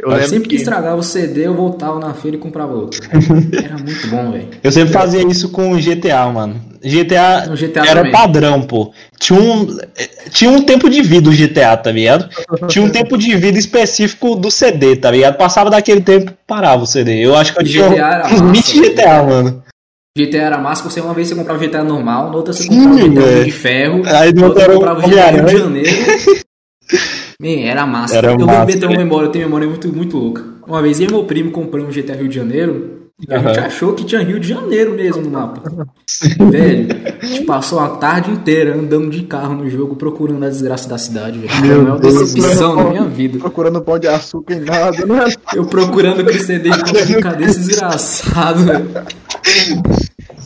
E: Eu
A: Eu sempre
E: lembro
A: que
E: que
A: estragava o CD, eu voltava na feira e comprava outro. Era muito bom, velho.
C: Eu sempre fazia isso com o GTA, mano. GTA
A: No GTA
C: era
A: também.
C: padrão, pô. Tinha um, tinha um tempo de vida o GTA, tá ligado? Tinha um tempo de vida específico do CD, tá ligado? Passava daquele tempo, parava o CD. Eu acho que eu tinha
A: GTA era
C: uns
A: massa,
C: 20
A: velho.
C: GTA, tá, mano.
A: GTA era massa, você uma vez você comprava GTA normal, na outra você
C: Sim,
A: comprava GTA
C: velho.
A: de ferro,
C: Aí
A: na
C: não
A: outra
C: era
A: você
C: o
A: comprava um GTA Rio de
C: Homem-Aranha.
A: Janeiro. Man, era massa.
C: Era
A: eu lembro
C: massa,
A: de ter uma
C: velho.
A: memória, eu tenho memória muito, muito louca. Uma vez eu e meu primo compramos GTA Rio de Janeiro, e a gente
C: Aham.
A: achou que tinha Rio de Janeiro mesmo no mapa. velho, a gente passou a tarde inteira andando de carro no jogo, procurando a desgraça da cidade, velho. Foi a maior
E: Deus,
A: decepção
E: meu
A: da minha vida.
E: procurando pão de açúcar em nada, né?
A: Eu procurando aquele CD de comprar, cadê esse desgraçado, velho?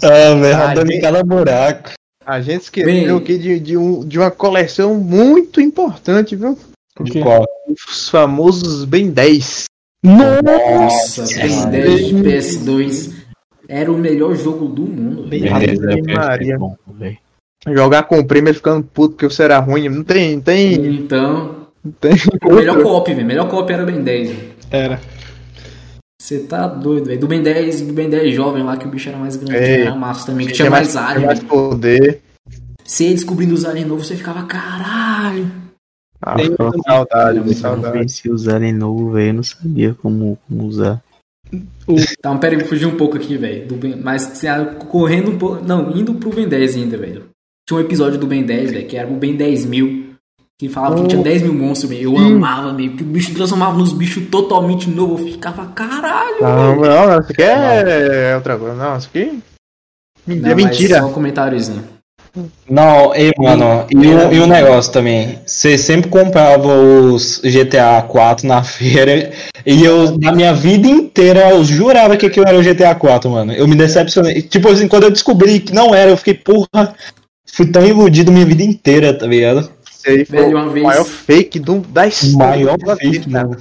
C: Ah, velho,
E: Ah,
C: rodando
E: gente.
C: em cada buraco.
E: A gente
A: Bem.
E: esqueceu aqui de, de, um, de uma coleção muito importante, viu?
C: De
D: quê?
C: qual?
E: Os famosos Ben 10.
A: Nossa,
C: Nossa,
A: PS10, PS2 era o melhor jogo do mundo. velho.
C: Beleza,
E: Ave
C: velho.
E: Maria.
B: é Bom, velho.
E: Jogar com o primo ele ficando puto porque você era ruim. Não tem, não tem,
A: Então,
E: não tem.
A: o melhor copy, velho. Melhor copy era o Ben 10. velho.
D: Era.
A: Você tá doido, velho. Do Ben 10, do Ben 10 jovem lá que o bicho era mais grande,
E: Ei,
A: era massa também, que É. tinha mais área.
E: mais
A: velho.
E: poder.
A: Você ia descobrindo os aliens novos, você ficava, caralho.
E: Ah,
D: Tem-
E: saudade,
A: Não, não
B: Eu não
E: saudade.
B: conheci usar ele novo, velho. Eu não sabia como, como usar.
A: Tá, mas pera aí, fugi um pouco aqui, velho. do Ben- Mas assim, ah, correndo um pouco. Não, indo pro Ben 10 ainda, velho. Tinha um episódio do Ben 10, velho, que era o Ben 10 mil. Que falava que
E: Oh.
A: tinha 10 mil monstros, velho. Eu amava, velho. Que o bicho transformava nos bichos totalmente novos. Eu ficava, caralho.
E: Não, não, isso aqui é outra coisa. Não, isso aqui.
A: Não, mas
E: É mentira.
A: Só um comentáriozinho.
C: Não, e, mano, e um, e um negócio também. Você sempre comprava os GTA 4 na feira e eu, na minha vida inteira, eu jurava que aquilo era o GTA 4, mano. Eu me decepcionei. Tipo assim, quando eu descobri que não era, eu fiquei, porra, fui tão iludido minha vida inteira, tá ligado?
E: Isso aí foi
A: Velho,
E: o
A: uma vez-
E: Oh, maior fake do, da
C: O
E: história.
C: maior
E: da
C: fake, né?
E: vida.
C: mano.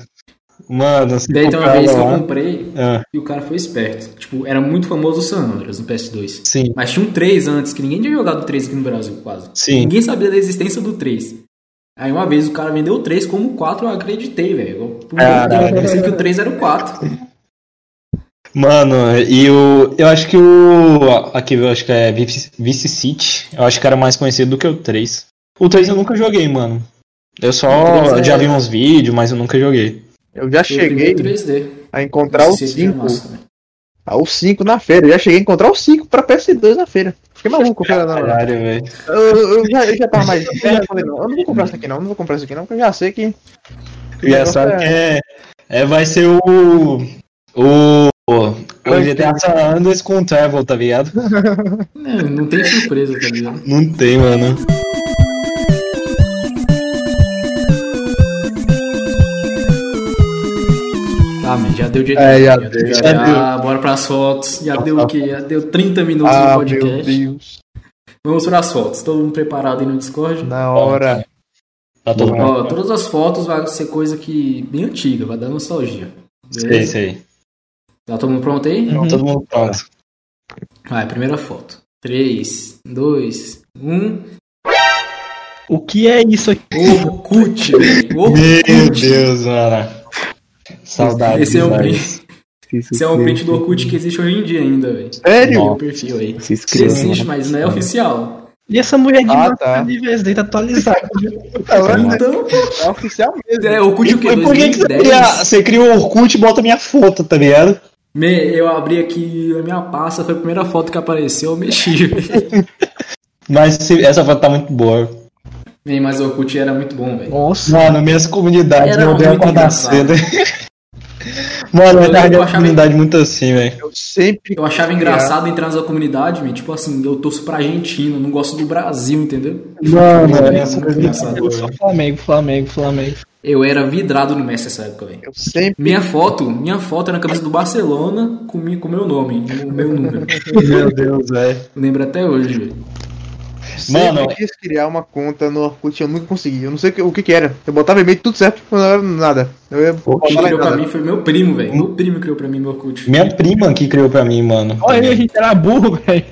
C: Mano, você
A: Daí tem uma vez que eu
E: né?
C: lá.
A: comprei
C: Ah,
A: e o cara foi esperto. Tipo, era muito famoso o San Andreas no PS2.
C: sim,
A: Mas tinha um 3 antes, que ninguém tinha jogado 3 aqui no Brasil, quase.
C: sim.
A: Ninguém sabia da existência do 3. Aí uma vez o cara vendeu o 3 como o 4, eu acreditei, velho. Eu- Por um bom tempo Eu pensei que o 3 era o 4.
C: Mano, e o. Eu acho que o. Aqui eu acho que é Vice Vice City. Eu acho que era mais conhecido do que o 3. O 3 eu nunca joguei, mano. Eu
A: O
C: só
A: três é-
C: já vi uns vídeos, mas eu nunca joguei.
E: Eu já
A: Foi o primeiro
E: cheguei
A: 3D.
E: a encontrar o
A: Esse aqui é
E: 5.
A: massa, velho.
E: Tá, O 5 na feira. Eu já cheguei a encontrar o 5 pra PS2 na feira. Fiquei maluco, cara. Não, não.
C: Caralho, velho.
E: Eu, eu já, eu já tava mais. Eu, falei, não, eu não vou comprar isso aqui não, eu não vou comprar isso aqui não, porque eu já sei que.
C: E é só que é, é- Vai ser o. O. O GTA San Andreas com o Travel, tá ligado?
A: Não, não tem surpresa, tá ligado?
C: Não tem, mano.
A: Tá, Ah, man, já deu direito.
E: É, já deu, já
A: já, Ah, bora pras fotos. Já deu o quê? Já deu 30 minutos de
E: Ah, meu
A: podcast.
E: Deus.
A: Vamos pras fotos. Todo mundo preparado aí no Discord?
E: Na hora.
C: Tá todo mundo.
A: Ó, todas as fotos vai ser coisa que bem antiga, vai dar nostalgia.
C: Sei,
A: Beleza?
C: sei.
A: Tá todo mundo pronto aí?
C: Então, Todo mundo pronto.
A: Vai, primeira foto. um. 3, 2, 1.
D: O que é isso aqui?
A: Orkut, velho.
C: Meu
A: Orkut.
C: Deus, mano. Saudades.
A: Esse é um
C: velho.
A: print. Esse é um print do Orkut que existe hoje em dia ainda, velho.
E: Sério?
A: o perfil aí.
B: Se
A: Ele
B: inscreva.
A: existe, mas não é oficial.
D: E essa mulher de
E: Ah,
D: ah,
E: tá.
D: tá. níveis dele tá atualizada.
E: Não,
A: Então,
E: Tá É oficial mesmo.
A: é, Orkut o quê?
C: Mas por que, que você,
A: 2010?
C: cria, você cria o Orkut e bota minha foto, tá ligado?
A: Me, eu abri aqui a minha pasta, foi a primeira foto que apareceu, eu mexi.
C: Mas se- essa foto tá muito boa.
A: Bem, mas o Orkut era muito bom, velho.
D: Nossa.
C: Mano, minhas comunidades,
A: Era
C: eu odeio
A: muito
C: acordar
A: engraçado.
C: tá cedo. Mano,
A: Eu lembro
C: eu tava
A: que eu
C: minha
A: achava-
C: comunidade muito assim, velho.
E: Eu sempre.
A: Eu achava
C: É.
A: engraçado entrar nessa comunidade, meu. tipo assim, eu torço pra Argentina, eu não gosto do Brasil, entendeu?
C: Mano,
A: Era
C: é, essa
A: muito
C: coisa
A: engraçado.
D: Eu sou Flamengo, Flamengo, Flamengo.
A: Eu era vidrado no Messi nessa época, velho.
E: Eu sempre.
A: Minha foto, minha foto era na camisa do Barcelona com mi- com o meu nome, o meu número.
C: Meu Deus, é. velho.
A: Lembro até hoje, velho.
E: Mano,
C: Mano.
E: sempre quis criar uma conta no Orkut, eu nunca consegui. Eu não sei o que- o que que era. Eu botava e-mail tudo certo, mas não era nada. Eu ia botar
A: Quem
E: lá em
A: criou pra
E: nada.
A: mim foi meu primo, velho. Meu primo criou pra mim meu Orkut.
C: tá Hum. Minha prima que criou pra mim, mano.
D: Olha, a gente era burro, velho.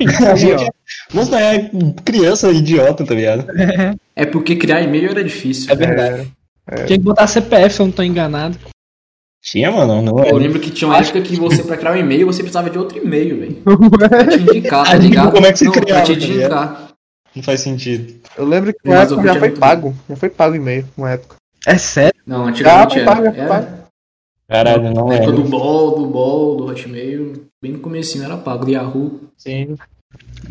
C: Nossa, é criança idiota, tá ligado?
A: É porque criar e-mail era difícil.
D: É
A: velho.
D: verdade.
C: É,
D: Tinha que botar CPF se eu não tô enganado.
C: Tinha, mano, não
A: Eu
C: era.
A: lembro que tinha uma época que você, pra criar um e-mail, você precisava de outro e-mail, velho. Pra te indicar, tá
C: A gente
A: ligado?
C: como é que você
A: Não, pra
C: criava,
A: te
C: tá ligado?
A: indicar.
C: Não faz sentido.
E: Eu lembro que
A: Mas
E: uma
A: o
E: época
A: Orkut
E: já
A: é
E: foi
A: muito
E: pago. Já foi pago e-mail, uma época.
D: É sério?
A: Não, antigamente
E: Ah,
A: era.
E: paga,
A: era.
E: paga.
C: Caralho, não
A: Na
C: é.
A: época do Ball, do Ball, do Hotmail. Bem no comecinho era pago, do Yahoo.
E: Sim.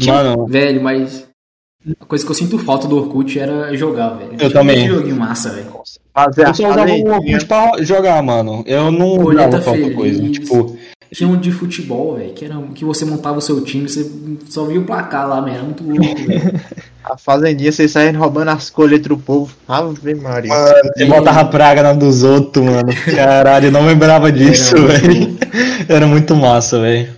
C: Mano,
A: Velho, mas... A coisa que eu sinto falta do Orkut era jogar, velho. Tinha
C: também.
A: muito joguinho massa, velho.
E: Fazer
C: eu só
E: a
C: usava o
E: leitinha.
C: Orkut pra jogar, mano. Eu não
A: Colheita
C: usava pra outra
A: tá feliz.
C: coisa. Tipo,
A: Tinha um de futebol, velho, que, era um, que você montava o seu time, você só via o placar lá, velho. Era muito louco, velho.
E: A fazendinha, vocês saem roubando as colheitas do povo. Ave Maria.
C: você botava praga na dos outros, mano. Caralho, eu não lembrava disso,
A: Era muito
C: velho. Era muito massa, velho.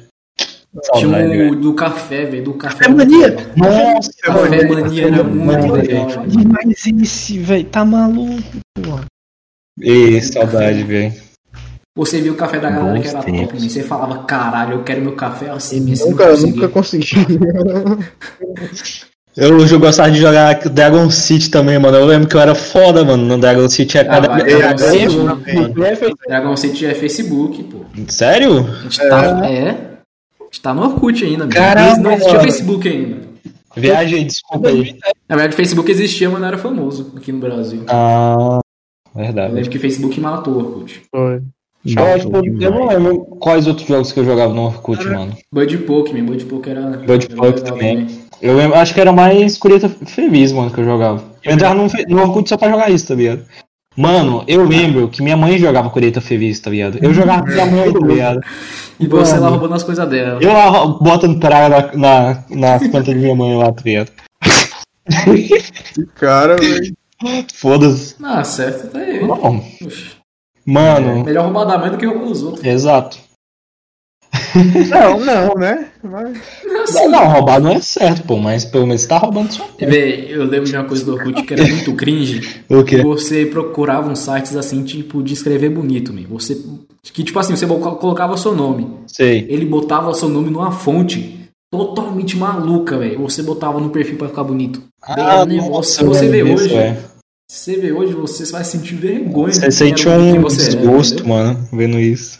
C: Saudade,
A: Tinha um
C: velho.
A: o do café, velho. Do café.
D: É mania.
C: Nossa,
A: Café
C: velho.
A: mania era muito
C: Mano,
A: legal, velho.
D: Demais esse, velho. Tá maluco, porra.
C: Ei, saudade, velho.
A: Você via o café da galera que era
B: Bons
A: top,
B: tempos.
A: né? Você falava, caralho, eu quero meu café assim. assim
E: Nunca,
A: eu
E: nunca
A: consegui.
E: consegui.
C: Eu jo- gostava de jogar Dragon City também, mano. Eu lembro que eu era foda, mano, no Dragon City. A cada...
A: vai,
E: Era
A: Dragon City,
E: eu
A: né? Dragon City é Facebook, pô.
C: Sério?
A: A gente tá. É. A gente tá no Orkut ainda, mano.
C: Caramba,
A: não existia
C: mano.
A: Facebook ainda.
C: Viagem, desculpa aí.
A: Na verdade, Facebook existia, mas não era famoso aqui no Brasil.
C: Ah,
A: Eu
C: verdade.
A: lembro que Facebook matou o Orkut.
E: Foi.
C: Eu, acho que eu- eu não lembro quais outros jogos que eu jogava no Orkut, mano.
A: Bud Poke, meu Bud Poke era.
C: Bud
A: era
C: Poke
A: legal
C: também. Eu lembro, acho que era mais Cureta Feliz, mano, que eu jogava. Eu entrava no, Fe- no Orkut só pra jogar isso, tá ligado? Mano, eu lembro que minha mãe jogava Cureta Feliz, tá ligado? Eu jogava com minha mãe, tá ligado?
A: E você lá roubando as coisas dela.
C: Eu lá ro- botando praga na, na, nas plantas de minha mãe lá, tá ligado?
E: Cara, velho.
C: Foda-se.
A: Ah, certo, tá aí.
C: Bom,
A: Oxi.
C: mano,
A: Melhor roubar da mãe do que roubar dos outros.
C: exato.
E: Não, não, né? Mas
C: Não, não, roubar não é certo, pô, mas pelo menos você tá roubando sua mãe.
A: Véi, eu lembro de uma coisa do Orkut que era muito cringe.
C: O quê?
A: Você procurava uns sites assim, tipo, de escrever bonito, meu. Você. Que tipo assim, você bo- colocava seu nome.
C: Sei.
A: Ele botava seu nome numa fonte totalmente maluca, velho. Você botava no perfil pra ficar bonito. Véi, era um negócio que
C: eu
A: você vê
C: lembro disso,
A: hoje.
C: velho.
A: Você vê hoje, você vai sentir vergonha
C: é. Você sente
A: era-
C: um
A: você era,
C: desgosto,
A: entendeu?
C: mano, vendo isso.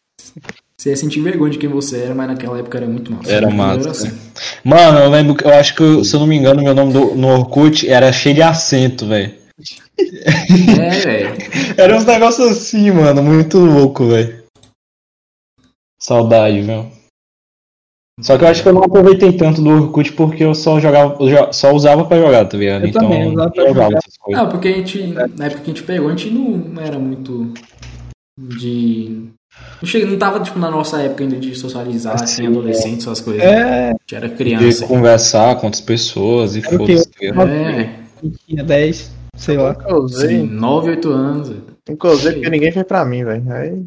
A: Você ia sentir vergonha de quem você era, mas naquela época era muito massa.
C: Era
A: Eu
C: massa,
A: assim.
C: Mano, eu lembro, que- eu acho que, se eu não me engano, meu nome do- no Orkut era cheio de acento, velho.
A: É, velho.
C: Era uns negócios assim, mano, muito louco, velho. Saudade, velho. Só que eu acho que eu não aproveitei tanto do Orkut porque eu só jogava, eu jo- só usava pra jogar, tá ligado?
D: Eu
C: então,
D: também, eu usava pra
C: eu jogava
D: jogar. Ah,
C: essas coisas.
A: Não, porque a gente, na época que a gente pegou, a gente não, não era muito de. Não, che- não tava tipo, na nossa época ainda de socializar, assim, adolescente, essas coisas. né?
D: É,
A: A gente era
C: De
A: criança.
C: conversar com outras pessoas e
D: Era o
C: foda-se,
D: que
C: tá ligado?
A: É,
D: tinha 10, sei lá.
E: nunca usei.
A: sim, 9, 8 anos.
E: tá Nunca usei porque ninguém fez pra mim, velho. Aí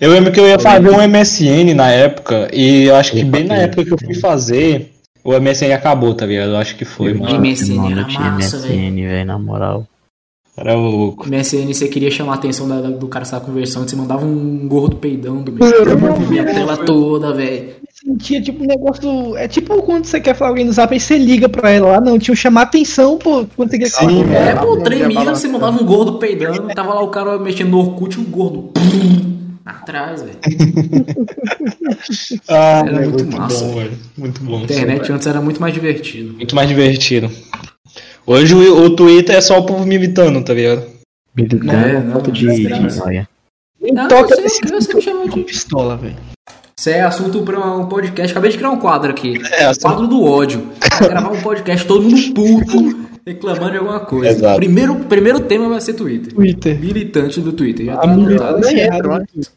C: Eu lembro que eu ia fazer um MSN na época, e eu acho que bem na época que eu fui fazer, o MSN acabou, tá ligado? Eu acho que foi, mano.
A: MSN
B: Mano,
A: era
B: eu tinha
A: massa,
B: MSN, velho, na moral.
C: Era louco.
A: MSN, você queria chamar a atenção da- da- do cara que você tava conversando, você mandava um gordo peidão do meu. Minha tela toda, velho.
D: Tinha tipo um negócio. É tipo quando você quer falar alguém no zap, aí você liga pra ela lá. Não, tinha um chamar atenção, pô. Quando você quer falar.
E: Sim,
A: É, pô,
E: Não
A: três
E: ia
A: milhas,
E: balançar.
A: você mandava um gordo peidando, tava lá o cara mexendo no Orkut, um gordo. Atrás, velho.
C: Ah,
A: Era muito massa,
C: bom, velho. Muito bom.
A: Internet antes era muito mais divertido.
C: Muito mais divertido. Hoje o, o Twitter é só o povo me imitando, tá ligado?
A: É, não,
B: foto um de,
A: desgraça.
B: de noia.
A: Não,
D: toca assim, tipo,
A: eu sei, eu sei que chama de...
D: pistola, velho.
A: Isso é assunto pra um podcast. Acabei de criar um quadro aqui.
C: É, assim,
A: Quadro do ódio. Vai gravar um podcast todo mundo puto, reclamando de alguma coisa.
C: Exato.
A: Primeiro, primeiro tema vai ser Twitter.
D: Twitter. é
A: Militante do Twitter.
C: Ah,
A: Já tá
D: Militante.
A: militado.
D: Nem
E: Nem
D: entra,
E: entra, mas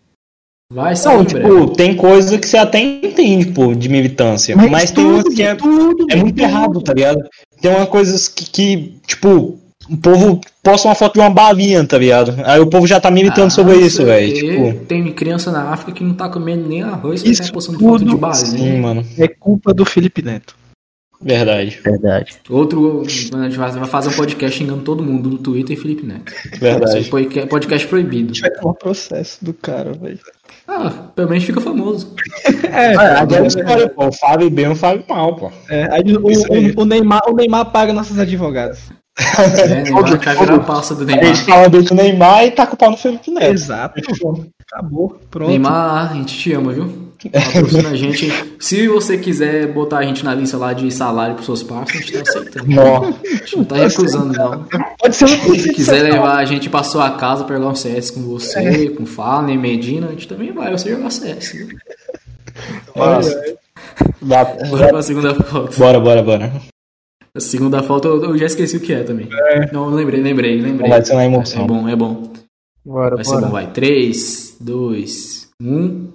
A: Vai sair
C: não,
A: em breve.
C: tipo, tem coisa que você até entende, pô, de militância. Mas, tem
D: tudo,
C: outras que é
D: tudo,
C: É muito
D: tudo.
C: errado, tá ligado? Tem uma coisa que, que, tipo, o povo posta uma foto de uma balinha, tá ligado? Aí o povo já tá militando
A: Ah,
C: sobre
A: não
C: isso,
A: sei
C: velho.
A: o quê.
C: Tipo,
A: Tem criança na África que não tá comendo nem arroz, que
D: Isso
A: tá postando foto de
D: tudo,
A: balinha.
C: sim, mano.
D: É culpa do Felipe Neto.
C: Verdade,
B: Verdade.
A: Outro, a gente vai vai fazer um podcast xingando todo mundo do Twitter e Felipe Neto.
C: verdade. Tipo,
A: Esse podca- Podcast proibido.
D: Vai tomar é processo do cara, velho.
A: Ah, pelo menos fica famoso.
D: É,
C: Agora você fala, pô, o Fábio bem ou o Fábio mal, pô.
D: é, aí o,
C: Isso aí.
D: o- o Neymar, o Neymar paga nossos advogados.
A: É, Neymar, vai virar a pasta do
C: A gente
A: Neymar.
C: fala bem do Neymar e taca o pau no Felipe Neto.
D: Exato. É, Acabou. Pronto.
A: Neymar, a gente te ama, viu? Patrocina a gente. Se você quiser botar a gente na lista lá de salário pros seus parceiros, a gente tá aceitando.
C: Não,
A: A gente não tá recusando, não.
D: Pode ser um
A: Se quiser levar a gente pra sua casa pra jogar um CS com você, com o Fallen, Medina, a gente também vai, você jogar CS. viu?
C: nossa.
A: Bora pra segunda foto.
C: Bora, bora, bora.
A: A segunda foto eu eu já esqueci o que é também. Não, lembrei, lembrei, lembrei.
C: Vai ser na
A: É
C: emoção.
A: bom, é bom.
E: Bora,
A: Vai ser bom,
E: bora.
A: vai. um, 3, 2, 1.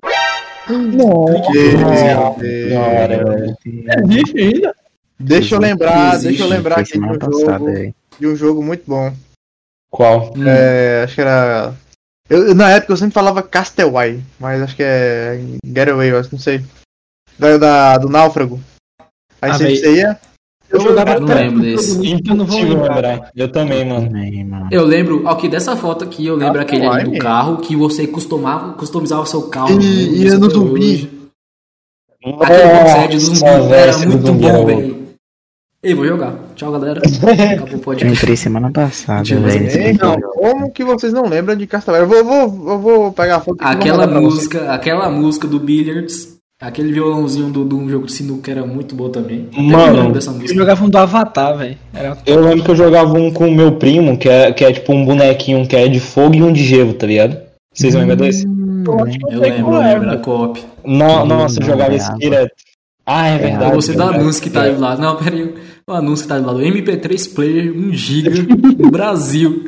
E: Meu
C: Da
E: Deus.
C: hora, velho.
D: Existe ainda?
E: Deixa eu lembrar,
A: Existe, é
E: deixa eu lembrar aqui de um
B: semana
E: jogo,
B: passada, velho.
E: de um jogo muito bom.
C: Qual?
A: um.
E: É, acho que era. Eu, eu- na época eu sempre falava Castaway, mas acho que é Getaway, eu acho, não sei. Da, da- do Náufrago. Aí
D: Ah,
E: você,
D: véi.
E: você ia.
D: Eu jogava
A: não lembro desse.
D: Eu não vou
C: Impossível
D: lembrar.
C: lembrar. Eu também, mano.
B: Também, mano.
A: Eu lembro, aqui dessa foto aqui, eu lembro
E: Ah,
A: aquele ali
E: vai,
A: do
E: meu.
A: carro que você customava, customizava o seu carro. né,
E: E-
A: eu lembro
E: e
A: disso
E: eu não
A: até
E: zumbi.
A: hoje. Aquele
C: Nossa,
A: conceito um do zumbi
C: velho,
A: era
C: esse
A: muito
C: zumbi era
A: bom,
C: louco.
A: velho. Ei, vou jogar. Tchau, galera. Acabou o
B: Eu
A: podcast.
B: entrei semana passada,
A: Tinha mais
B: velho.
A: Esse
E: Ei, não, como que vocês não lembram de Castaway? Eu vou, vou, eu vou pegar a foto aqui e vou
A: Aquela
E: mandar pra vocês.
A: música, aquela música do Billiards, aquele violãozinho do, do jogo de sinuca era muito bom também. Até
C: Mano,
A: me lembro dessa
D: Eu
A: música.
D: jogava um do Avatar, velho. Era
C: Eu lembro que eu jogava um com o meu primo, que é, que é tipo um bonequinho que é de fogo e um de gelo, tá ligado? Vocês lembram desse?
B: né?
A: Eu lembro, eu lembro, era co-op.
C: No, nossa, eu
B: Hum,
C: jogava
B: é,
C: esse
B: água.
C: direto. Ah, é
A: Eu
C: verdade.
A: gostei do
C: cara.
A: anúncio que tá aí do lado. Não, peraí. O anúncio que tá aí do lado. MP3 Player 1GB no Brasil.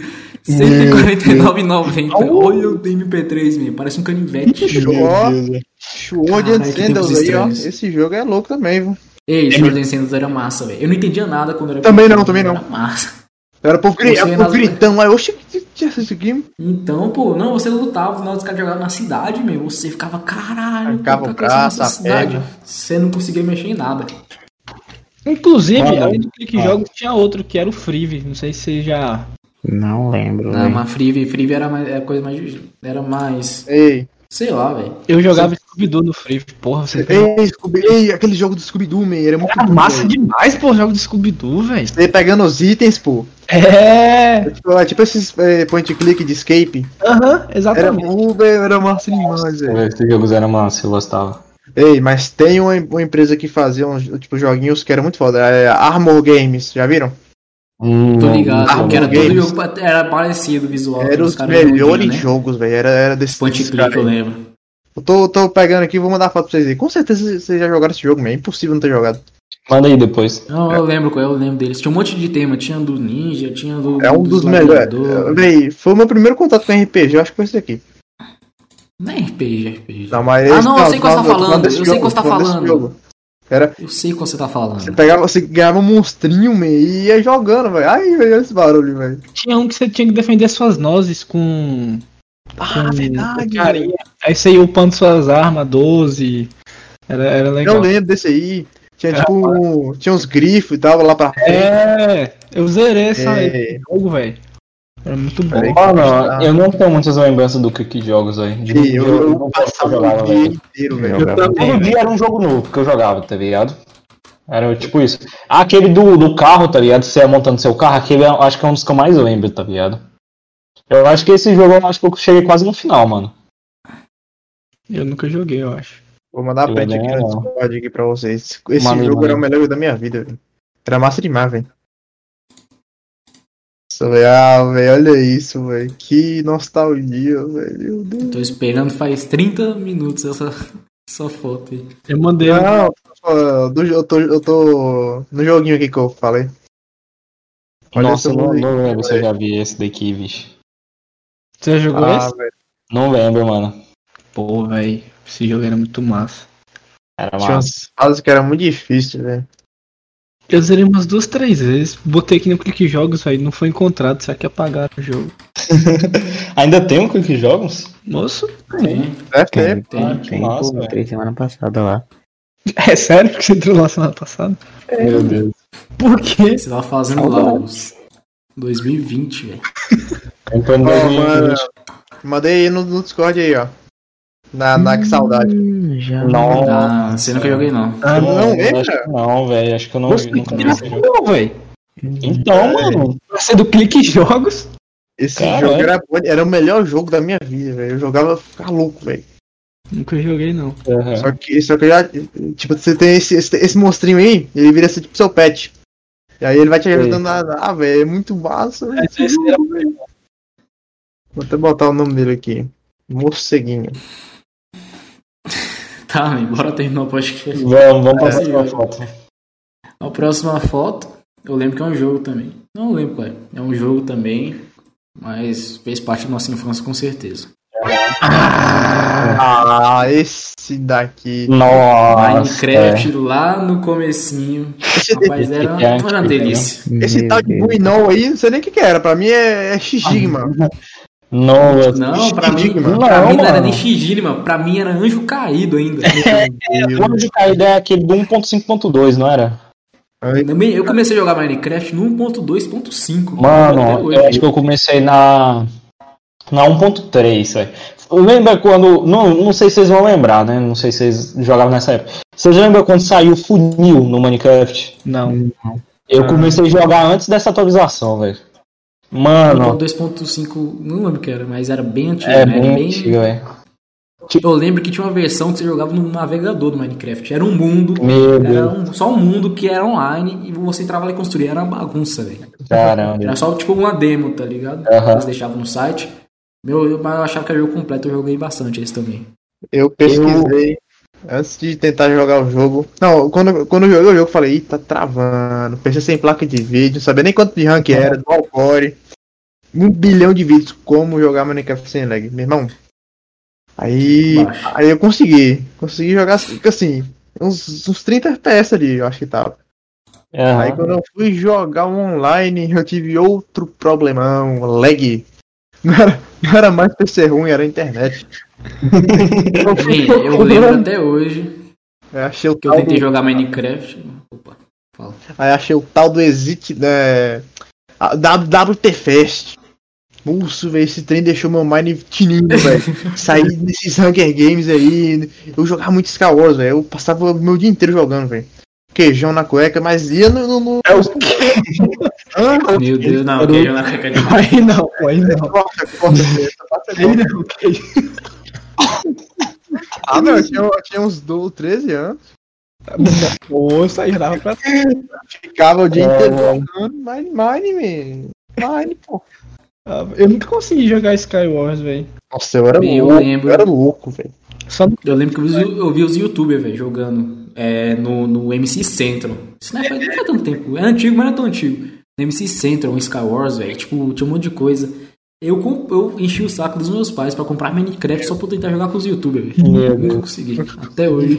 A: R$149,90. Olha o MP3, meu. Parece um canivete.
E: Ó,
C: Meu Deus.
E: Sword
A: Caralho,
E: and
A: que tempos
E: Sandals aí, ó.
A: estranhos.
E: Esse jogo é louco também, viu?
A: Ei, Jordan Sanders era massa, velho. Eu não entendia nada quando era
E: Também
A: pequeno,
E: não, também
A: Era massa.
E: Era o povo gri-
A: Você
E: era o
A: nas-
E: povo gritando lá. Oxi, que tinha esse game?
A: Então, pô, não, você lutava, não, os caras jogavam na cidade, meu. Você ficava, caralho,
E: Arrancava
A: tá
E: o
A: crescendo
E: braço,
A: essa
E: a
A: cidade.
E: perna.
A: Você não conseguia mexer em nada.
D: Inclusive,
C: Ah,
D: além do Clique
C: ah.
D: Jogos, tinha outro que era o Frive. Não sei se você já.
B: Não lembro, né?
A: Não,
B: velho.
A: mas Free, Free era mais, era coisa mais. Era mais.
E: Ei,
A: Sei lá, velho.
D: Eu jogava Scooby-Doo no Frive. Porra, você tem.
E: ei, Scooby, ei, aquele jogo do Scooby-Doo, man, era muito
D: Era
E: bom,
D: massa
E: velho.
D: demais, pô, jogo de Scooby-Doo, velho.
E: Você pegando os itens, pô.
D: É!
E: É tipo- É tipo esses é, point and click de escape.
D: Aham,
E: Era um
D: exatamente.
E: Uber, era massa demais, velho.
C: Esses jogos eram massa, eu gostava.
E: Ei, mas tem uma, uma empresa que fazia uns tipo, joguinhos que era muito foda. É a Armor Games, já viram?
A: Tô ligado,
E: Ah,
C: Hum,
A: porque era todo
E: games.
A: jogo pa- era parecido o visual.
E: Era
A: dos
E: os
A: caras não
E: melhores
A: viam, né?
E: jogos, velho. Era, era desse
A: Point
E: desses
A: and click, eu
E: caras aí.
A: lembro.
E: Eu tô, tô pegando aqui, vou mandar foto pra vocês aí. Com certeza vocês já jogaram esse jogo, man. É impossível não ter jogado.
C: Manda aí depois.
A: Não, eu lembro qual, é, eu lembro deles. Tinha um monte de tema, tinha do ninja, tinha do.
E: É um dos melhores. É,
A: gladiador.
E: Véi, foi o meu primeiro contato com RPG, eu acho que foi esse aqui.
A: Não é RPG, RPG.
E: Não, mas
A: Ah,
E: esse-
A: não, eu sei qual você tá
E: tô
A: falando,
E: desse
A: eu sei qual você tá
E: tô desse
A: falando.
E: jogo. Era,
A: Eu sei o que você tá falando.
E: você pegava, você ganhava um monstrinho, man, e ia jogando, velho. Ai, velho, olha esse barulho, velho.
D: Tinha um que você tinha que defender suas nozes com.
E: Ah, verdade.
D: carinha. Aí você ia upando suas armas, 12. Era, era legal.
E: Eu lembro desse aí.
A: É,
E: Tinha tipo um- tinha uns grifos e tal lá pra frente.
D: É, eu zerei essa
E: É.
D: esse jogo, velho. Era muito bom.
E: Peraí.
C: Mano, eu Ah, não tenho muitas lembranças do que, que jogos aí. De-
E: E eu, eu
C: não
E: passava
C: jogava,
E: o dia
C: velho.
E: inteiro, velho.
B: Jogava.
C: Todo dia era um jogo novo que eu jogava, tá ligado? Era tipo isso. Aquele do, do carro, tá ligado? Você ia montando seu carro, aquele eu acho que é um dos que eu mais lembro, tá ligado? Eu acho que esse jogo eu acho que eu cheguei quase no final, mano.
D: Eu nunca joguei, eu acho.
E: Vou mandar a
C: Eu
E: print aqui
C: lembro,
E: no
C: né, não.
E: Discord aqui pra vocês. Esse
C: Mano,
E: jogo
C: mano.
E: era o melhor jogo da minha vida, velho. Era massa demais, velho. Nossa, velho, ah, velho, olha isso, velho. Que nostalgia, velho. Meu Deus.
A: Tô esperando faz 30 minutos essa, essa foto aí.
D: Eu mandei.
C: Então,
E: Não, eu tô- eu tô, eu tô no joguinho aqui que eu falei. Olha
C: Nossa,
E: essa
C: não,
E: música,
C: não lembro se eu
E: velho.
C: já vi esse daqui, bicho.
D: Você jogou
E: Ah,
D: esse?
E: velho,
C: Não lembro, mano.
D: Pô, velho. Esse jogo era muito massa.
C: Era
E: tinha
C: Tá massa.
E: umas fases que era muito difícil, velho.
D: Eu zerei umas duas, três vezes. Botei aqui no clique jogos, velho. Não foi encontrado. Será que apagaram o jogo?
C: Ainda tem um Quick Jogos?
D: Moço?
A: Tem,
E: É,
B: Tem,
E: é,
A: tem.
B: tem,
C: Nossa,
B: pô,
C: velho.
B: três semana passada lá.
D: É sério que você entrou lá semana passada?
C: Meu Deus.
D: Por quê?
A: Você tava fazendo lá os 2020, velho.
C: Entrou no
E: Ó,
C: 2020.
E: Mandei aí no, no Discord aí, ó. Na, na que saudade.
B: Hum, já.
C: Nossa.
A: Ah, você nunca joguei, não.
D: Ah,
E: não,
C: Não,
E: lembra?
C: acho que não, velho. Acho que eu não
D: Moço,
C: nunca
D: que
C: vi esse jogo.
D: não, velho.
A: É.
C: Então, mano.
D: Você do clique jogos?
E: Esse
C: Caralho.
E: jogo era, bom, era o melhor jogo da minha vida, velho. Eu jogava ficar louco, velho.
D: Nunca joguei, não.
C: Aham.
E: Só que, só que eu já. Tipo, você tem esse, esse, esse monstrinho aí, ele vira assim, tipo seu pet. E aí ele vai te ajudando a nadar, velho. É muito massa, velho.
D: Mas esse era
E: Vou até botar o nome dele aqui. Morceguinho.
A: Tá, velho, bora terminar o podcast.
C: Vamos, vamos
A: É,
C: passar
A: sim,
C: pra
A: velho.
C: foto.
A: A próxima foto, eu lembro que é um jogo também. Não lembro qual é. É um jogo também, mas fez parte da nossa infância com certeza.
E: Ah, esse daqui.
C: Nossa. é.
A: Minecraft lá no comecinho. Rapaz, era uma, era uma delícia.
C: né?
E: Esse
B: Meu
E: tal de
B: Deus.
E: Buinol aí, não sei nem o que que era. Pra mim é, é xixi, mano.
C: Nossa.
A: Não, pra mim,
E: Estigma.
A: pra
C: Não,
A: mim não era
C: mano.
A: nem Shigilma, pra mim era anjo caído ainda.
C: O nome de caída é aquele do 1.5.2, não era?
A: Também eu comecei a jogar Minecraft no 1.2.5. até
C: Mano, é, tipo,
A: hoje.
C: eu acho que eu comecei na. Na 1.3, velho. Lembra quando. Não, não sei se vocês vão lembrar, né? Não sei se vocês jogavam nessa época. Vocês lembram quando saiu o funil no Minecraft?
D: Não.
C: Eu
E: Ah.
C: comecei a jogar antes dessa atualização, velho. Mano,
A: 1.2.5, não lembro o que era, mas era bem antigo,
C: é
A: né? Era
C: bem
A: bem-
C: antigo, é. velho.
A: Eu lembro que tinha uma versão que você jogava no navegador do Minecraft. Era um mundo,
C: Meu
A: era
C: Deus,
A: um- só um mundo que era online e você entrava lá e construía. Era uma bagunça, velho.
C: caramba.
A: Era só tipo uma demo, tá ligado?
C: Aham.
A: Eles deixavam no site. Meu, eu, mas eu achava que era jogo completo, eu joguei bastante esse também.
E: Eu pesquisei antes de tentar jogar o jogo. Não, quando, quando eu joguei o jogo, eu falei, ih, tá travando. PC sem placa de vídeo, não sabia nem quanto de rank era, dual core. Um bilhão de vídeos, como jogar Minecraft sem lag, meu irmão. Aí.
A: Baixo.
E: Aí eu consegui. Consegui jogar assim, uns, uns 30 FPS ali, eu acho que tava.
C: Aham.
E: Aí quando eu fui jogar online, eu tive outro problemão, lag. Não era, não era mais PC ruim, era internet.
A: Bem, eu lembro até hoje
E: Eu achei o
A: que eu
E: tal do-
A: tentei jogar Minecraft. Opa.
E: Aí achei o tal do Exit né, a W- WT Fest. Pulso, velho, esse trem deixou meu mind tinindo, velho. Saí desses Hunger Games aí. Eu jogava muito Star Wars, velho. Eu passava o meu dia inteiro jogando, velho. Queijão na cueca, mas ia no. no, no...
C: É o
E: Hã?
A: Meu Deus, não, eu queria jogar na caca de
D: Aí não, pô, aí não.
E: Corta, corta, velho. Essa parte é
D: Aí
E: corta.
D: não. que-
E: Ah, não, eu tinha, eu tinha uns 12, 13 anos.
D: Pô, isso aí dava pra
E: Ficava o dia
C: É,
E: inteiro
C: velho.
E: jogando. Mine, mine, man. Mine, pô.
D: Ah, Eu nunca consegui jogar Skywars, velho.
E: Nossa, eu era
A: Eu
E: louco.
A: lembro.
E: Eu era louco, velho.
D: Só no
A: Eu lembro que eu vi, eu vi os youtubers, velho, jogando é, no, no MC Central. Isso não é, faz- não faz tanto tempo. É antigo, mas não é tão antigo. No MC Central, um Skywars, velho. Tipo, tinha um monte de coisa. Eu, comp- eu enchi o saco dos meus pais pra comprar Minecraft só pra eu tentar jogar com os youtubers. velho.
C: Meu
A: Nunca consegui, até hoje.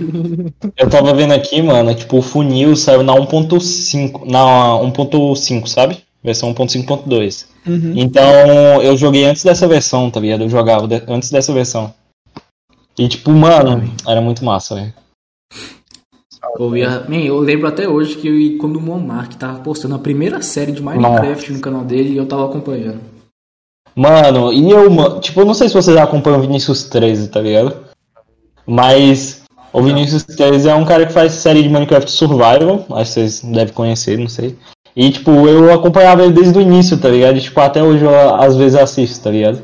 C: Eu tava vendo aqui, mano, tipo, o funil saiu na 1.5, na 1.5, sabe? Versão 1.5.2.
D: Uhum.
C: Então, eu joguei antes dessa versão, tá ligado? Eu jogava de- antes dessa versão. E tipo, mano, era muito massa, velho.
A: Eu, ia- Man, eu lembro até hoje que eu- quando o Monark tava postando a primeira série de Minecraft no canal dele, eu tava acompanhando.
C: Mano, e eu, ma- tipo, eu não sei se vocês acompanham o Vinícius 13, tá ligado? Mas o Vinícius 13 é um cara que faz série de Minecraft Survival, acho que vocês devem conhecer, não sei. E, tipo, eu acompanhava ele desde o início, tá ligado? E, tipo, até hoje eu às vezes assisto, tá ligado?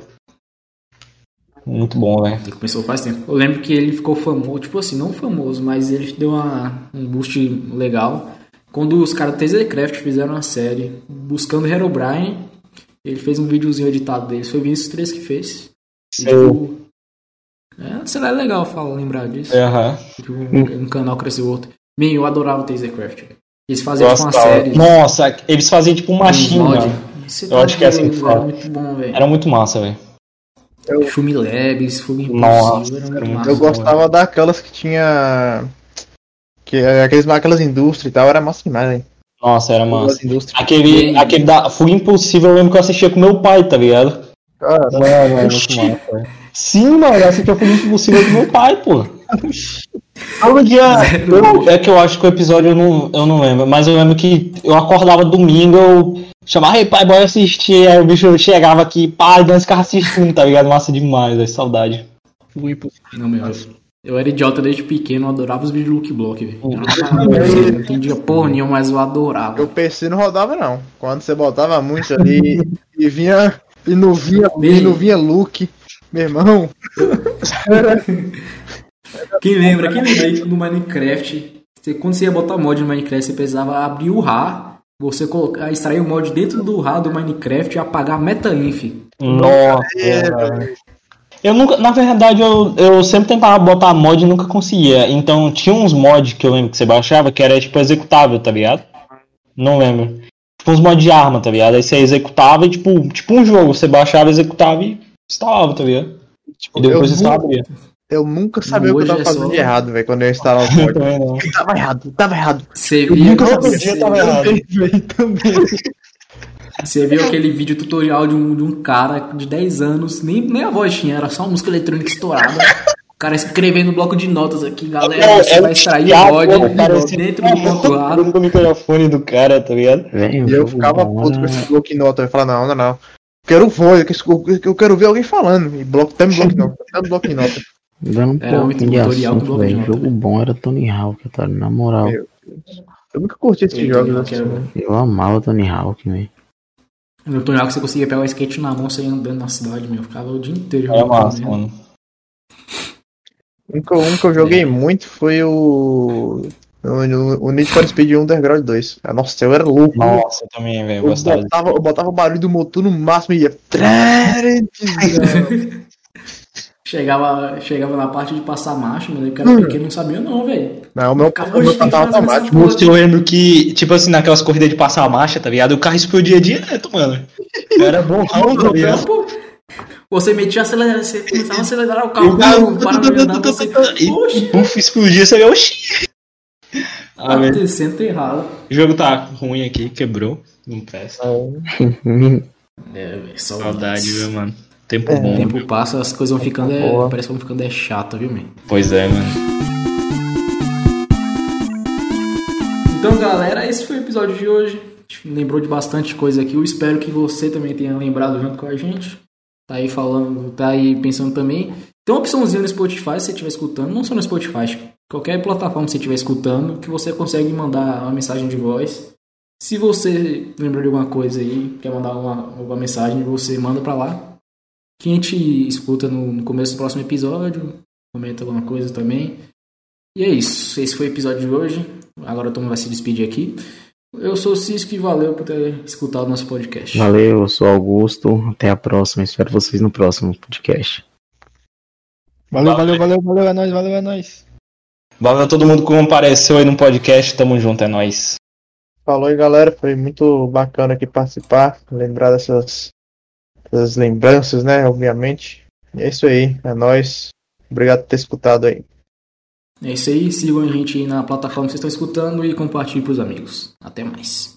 C: Muito bom, né? velho.
A: Ele começou faz tempo. Eu lembro que ele ficou famoso, tipo assim, não famoso, mas ele deu uma, um boost legal. Quando os caras do TZCraft fizeram a série buscando Herobrine, ele fez um videozinho editado deles. Foi o Vinícius 3 que fez. E, tipo, é, será legal falar, lembrar disso.
C: Aham.
A: Tipo, um canal cresceu outro. Man, eu adorava o TZCraft. Eles faziam tipo, uma
C: Gostava.
A: série.
C: Nossa, eles faziam tipo um machinho,
A: mod.
C: mano.
A: Você
C: Eu
A: tá
C: acho que é assim que
A: doido,
C: fala.
A: Era muito bom, velho.
C: Era muito massa, velho.
A: Filme Labs, Fuga
C: Nossa,
A: Impulsivo, era
C: era
A: muito
C: muito
A: massa.
E: Eu gostava daquelas que tinha. Que, é, aqueles, aquelas indústrias e tal, era massa demais, velho.
C: Nossa, era massa.
E: Aquelas indústrias.
C: Aquele, aquele da Fuga Impulsiva, eu lembro que eu assistia com meu pai, tá ligado?
E: Cara,
C: Mano, é muito massa. velho. Sim, mano, eu assisti a Fuga Impossível do meu pai, pô. Todo dia. eu- é que eu acho que o episódio eu não, eu não lembro, mas eu lembro que eu acordava domingo, eu chamava, ei pai, bora assistir. Aí o bicho chegava aqui, pai, nós ficava assistindo, tá ligado? Massa demais, velho, saudade.
A: Não, meu. Eu era idiota desde pequeno, eu adorava os vídeos do Luke Block, velho.
C: Hum.
A: Ah, meu Deus, eu Não entendia porra nenhuma, mas eu adorava.
E: o PC não rodava, não. Quando você botava muito ali e vinha. E não vinha, e não vinha look. Meu irmão,
A: Quem lembra, quem lembra aí do Minecraft? Você, quando você ia botar mod no Minecraft, você precisava abrir o RAR, você colocar, extrair o mod dentro do RAR do Minecraft e apagar a metainf.
C: Nossa.
A: É,
E: é,
C: velho. Eu nunca, na verdade, eu, eu sempre tentava botar mod e nunca conseguia. Então tinha uns mods que eu lembro que você baixava que era tipo executável, tá ligado? Não lembro. Tipo uns mods de arma, tá ligado? Aí você executava e tipo, tipo um jogo, você baixava, executava e instalava, tá ligado?
E: tipo,
C: E
E: eu,
C: depois você
E: nu-
C: abria.
E: eu nunca sabia o que eu
A: Hoje
E: tava
A: é
E: fazendo
A: só-
E: de errado, velho, quando eu instalava o
C: Eu
E: código.
C: também não.
E: Tava errado, tava errado.
A: Você via,
C: Todo dia tava
A: você,
C: errado.
A: você viu aquele vídeo tutorial de um, de um cara de 10 anos, nem, nem a voz tinha, era só música eletrônica estourada. O cara escrevendo no bloco de notas aqui, galera, você vai extrair É, o mod dentro do ponto A.
C: do microfone do cara, tá ligado?
B: Velho,
E: E eu ficava puto
B: né?
E: com esse bloco nota. Eu falava, não, não, não. Eu quero voz, eu- eu quero ver alguém falando. E bloco, também bloco nota, também bloco nota.
B: Dando um
A: Era muito
B: pouquinho de
A: tutorial É, do né?
B: assunto,
A: Bob
B: velho.
A: Jota,
B: Jogo bom era Tony Hawk, cara. Na moral,
E: Meu. Eu nunca curti esses
A: Eu
E: jogos
A: também
E: assim.
A: quero-
E: né?
B: eu amava Tony Hawk, velho.
A: No Tony Hawk você conseguia pegar o skate na mão, sair andando na cidade, meu. Ficava o dia inteiro né?
C: Era
A: aquela
C: massa,
A: merda.
C: mano.
E: Um que, eu- um que eu
C: É.
E: joguei muito foi o. O o Need for Speed Underground 2. Ah, Nossa, eu era louco.
C: Nossa, eu também, velho,
E: Eu
C: gostava disso.
E: botava, eu botava o barulho do motor no máximo e ia.
A: Chegava, chegava na parte de passar marcha, meu lembro que era pequeno, não sabia não, velho.
E: Não, o meu,
A: Cara,
E: o
A: hoje
E: meu
A: tem que
E: tava
A: fazer essa
E: automático.
A: porra.
C: Moço, eu lembro que, tipo assim, naquelas corridas de passar a marcha, tá ligado? O carro explodia direto, mano. Eu era borrão, tá ligado?
A: Pô, Você metia acelerar, você começava a acelerar o
C: Ah, O
A: carro,
C: carro.
A: carro para de andar, você...
C: E
A: Poxa,
C: puff, explodia, você vê, oxi. Ah,
A: tá
C: velho,
A: acontecendo errado.
C: o jogo tá ruim aqui, quebrou. Não presta.
A: É, velho,
C: Saudade, viu, mano? Tempo
A: O
D: É,
C: bom.
A: tempo passa, as coisas vão ficando, é,
E: Boa.
A: parece que vão ficando é chata, viu, meu?
C: Pois é, mano.
A: Então, galera, esse foi o episódio de hoje. A gente lembrou de bastante coisa aqui. Eu espero que você também tenha lembrado junto com a gente. Tá aí falando, tá aí pensando também. Tem uma opçãozinha no Spotify, se você estiver escutando, não só no Spotify, acho que qualquer plataforma que você estiver escutando, que você consegue mandar uma mensagem de voz. Se você lembrou de alguma coisa aí, quer mandar uma, alguma mensagem, você manda pra lá. Que a gente escuta no, no começo do próximo episódio, comenta alguma coisa também. E é isso, esse foi o episódio de hoje. Agora todo mundo vai se despedir aqui. Eu sou o Cisco e valeu por ter escutado nosso podcast.
B: Valeu, eu sou Augusto. Até a próxima. Espero vocês no próximo podcast.
D: Valeu, valeu, valeu, valeu, é nóis, valeu, é nóis.
C: Valeu a todo mundo que compareceu aí no podcast. Tamo junto, é nóis.
E: Falou aí, galera. Foi muito bacana aqui participar. Lembrar dessas, das lembranças, né? Obviamente. E é isso aí, é nóis. Obrigado por ter escutado aí.
A: É isso aí, sigam a gente aí na plataforma que vocês estão escutando e compartilhem pros amigos. Até mais.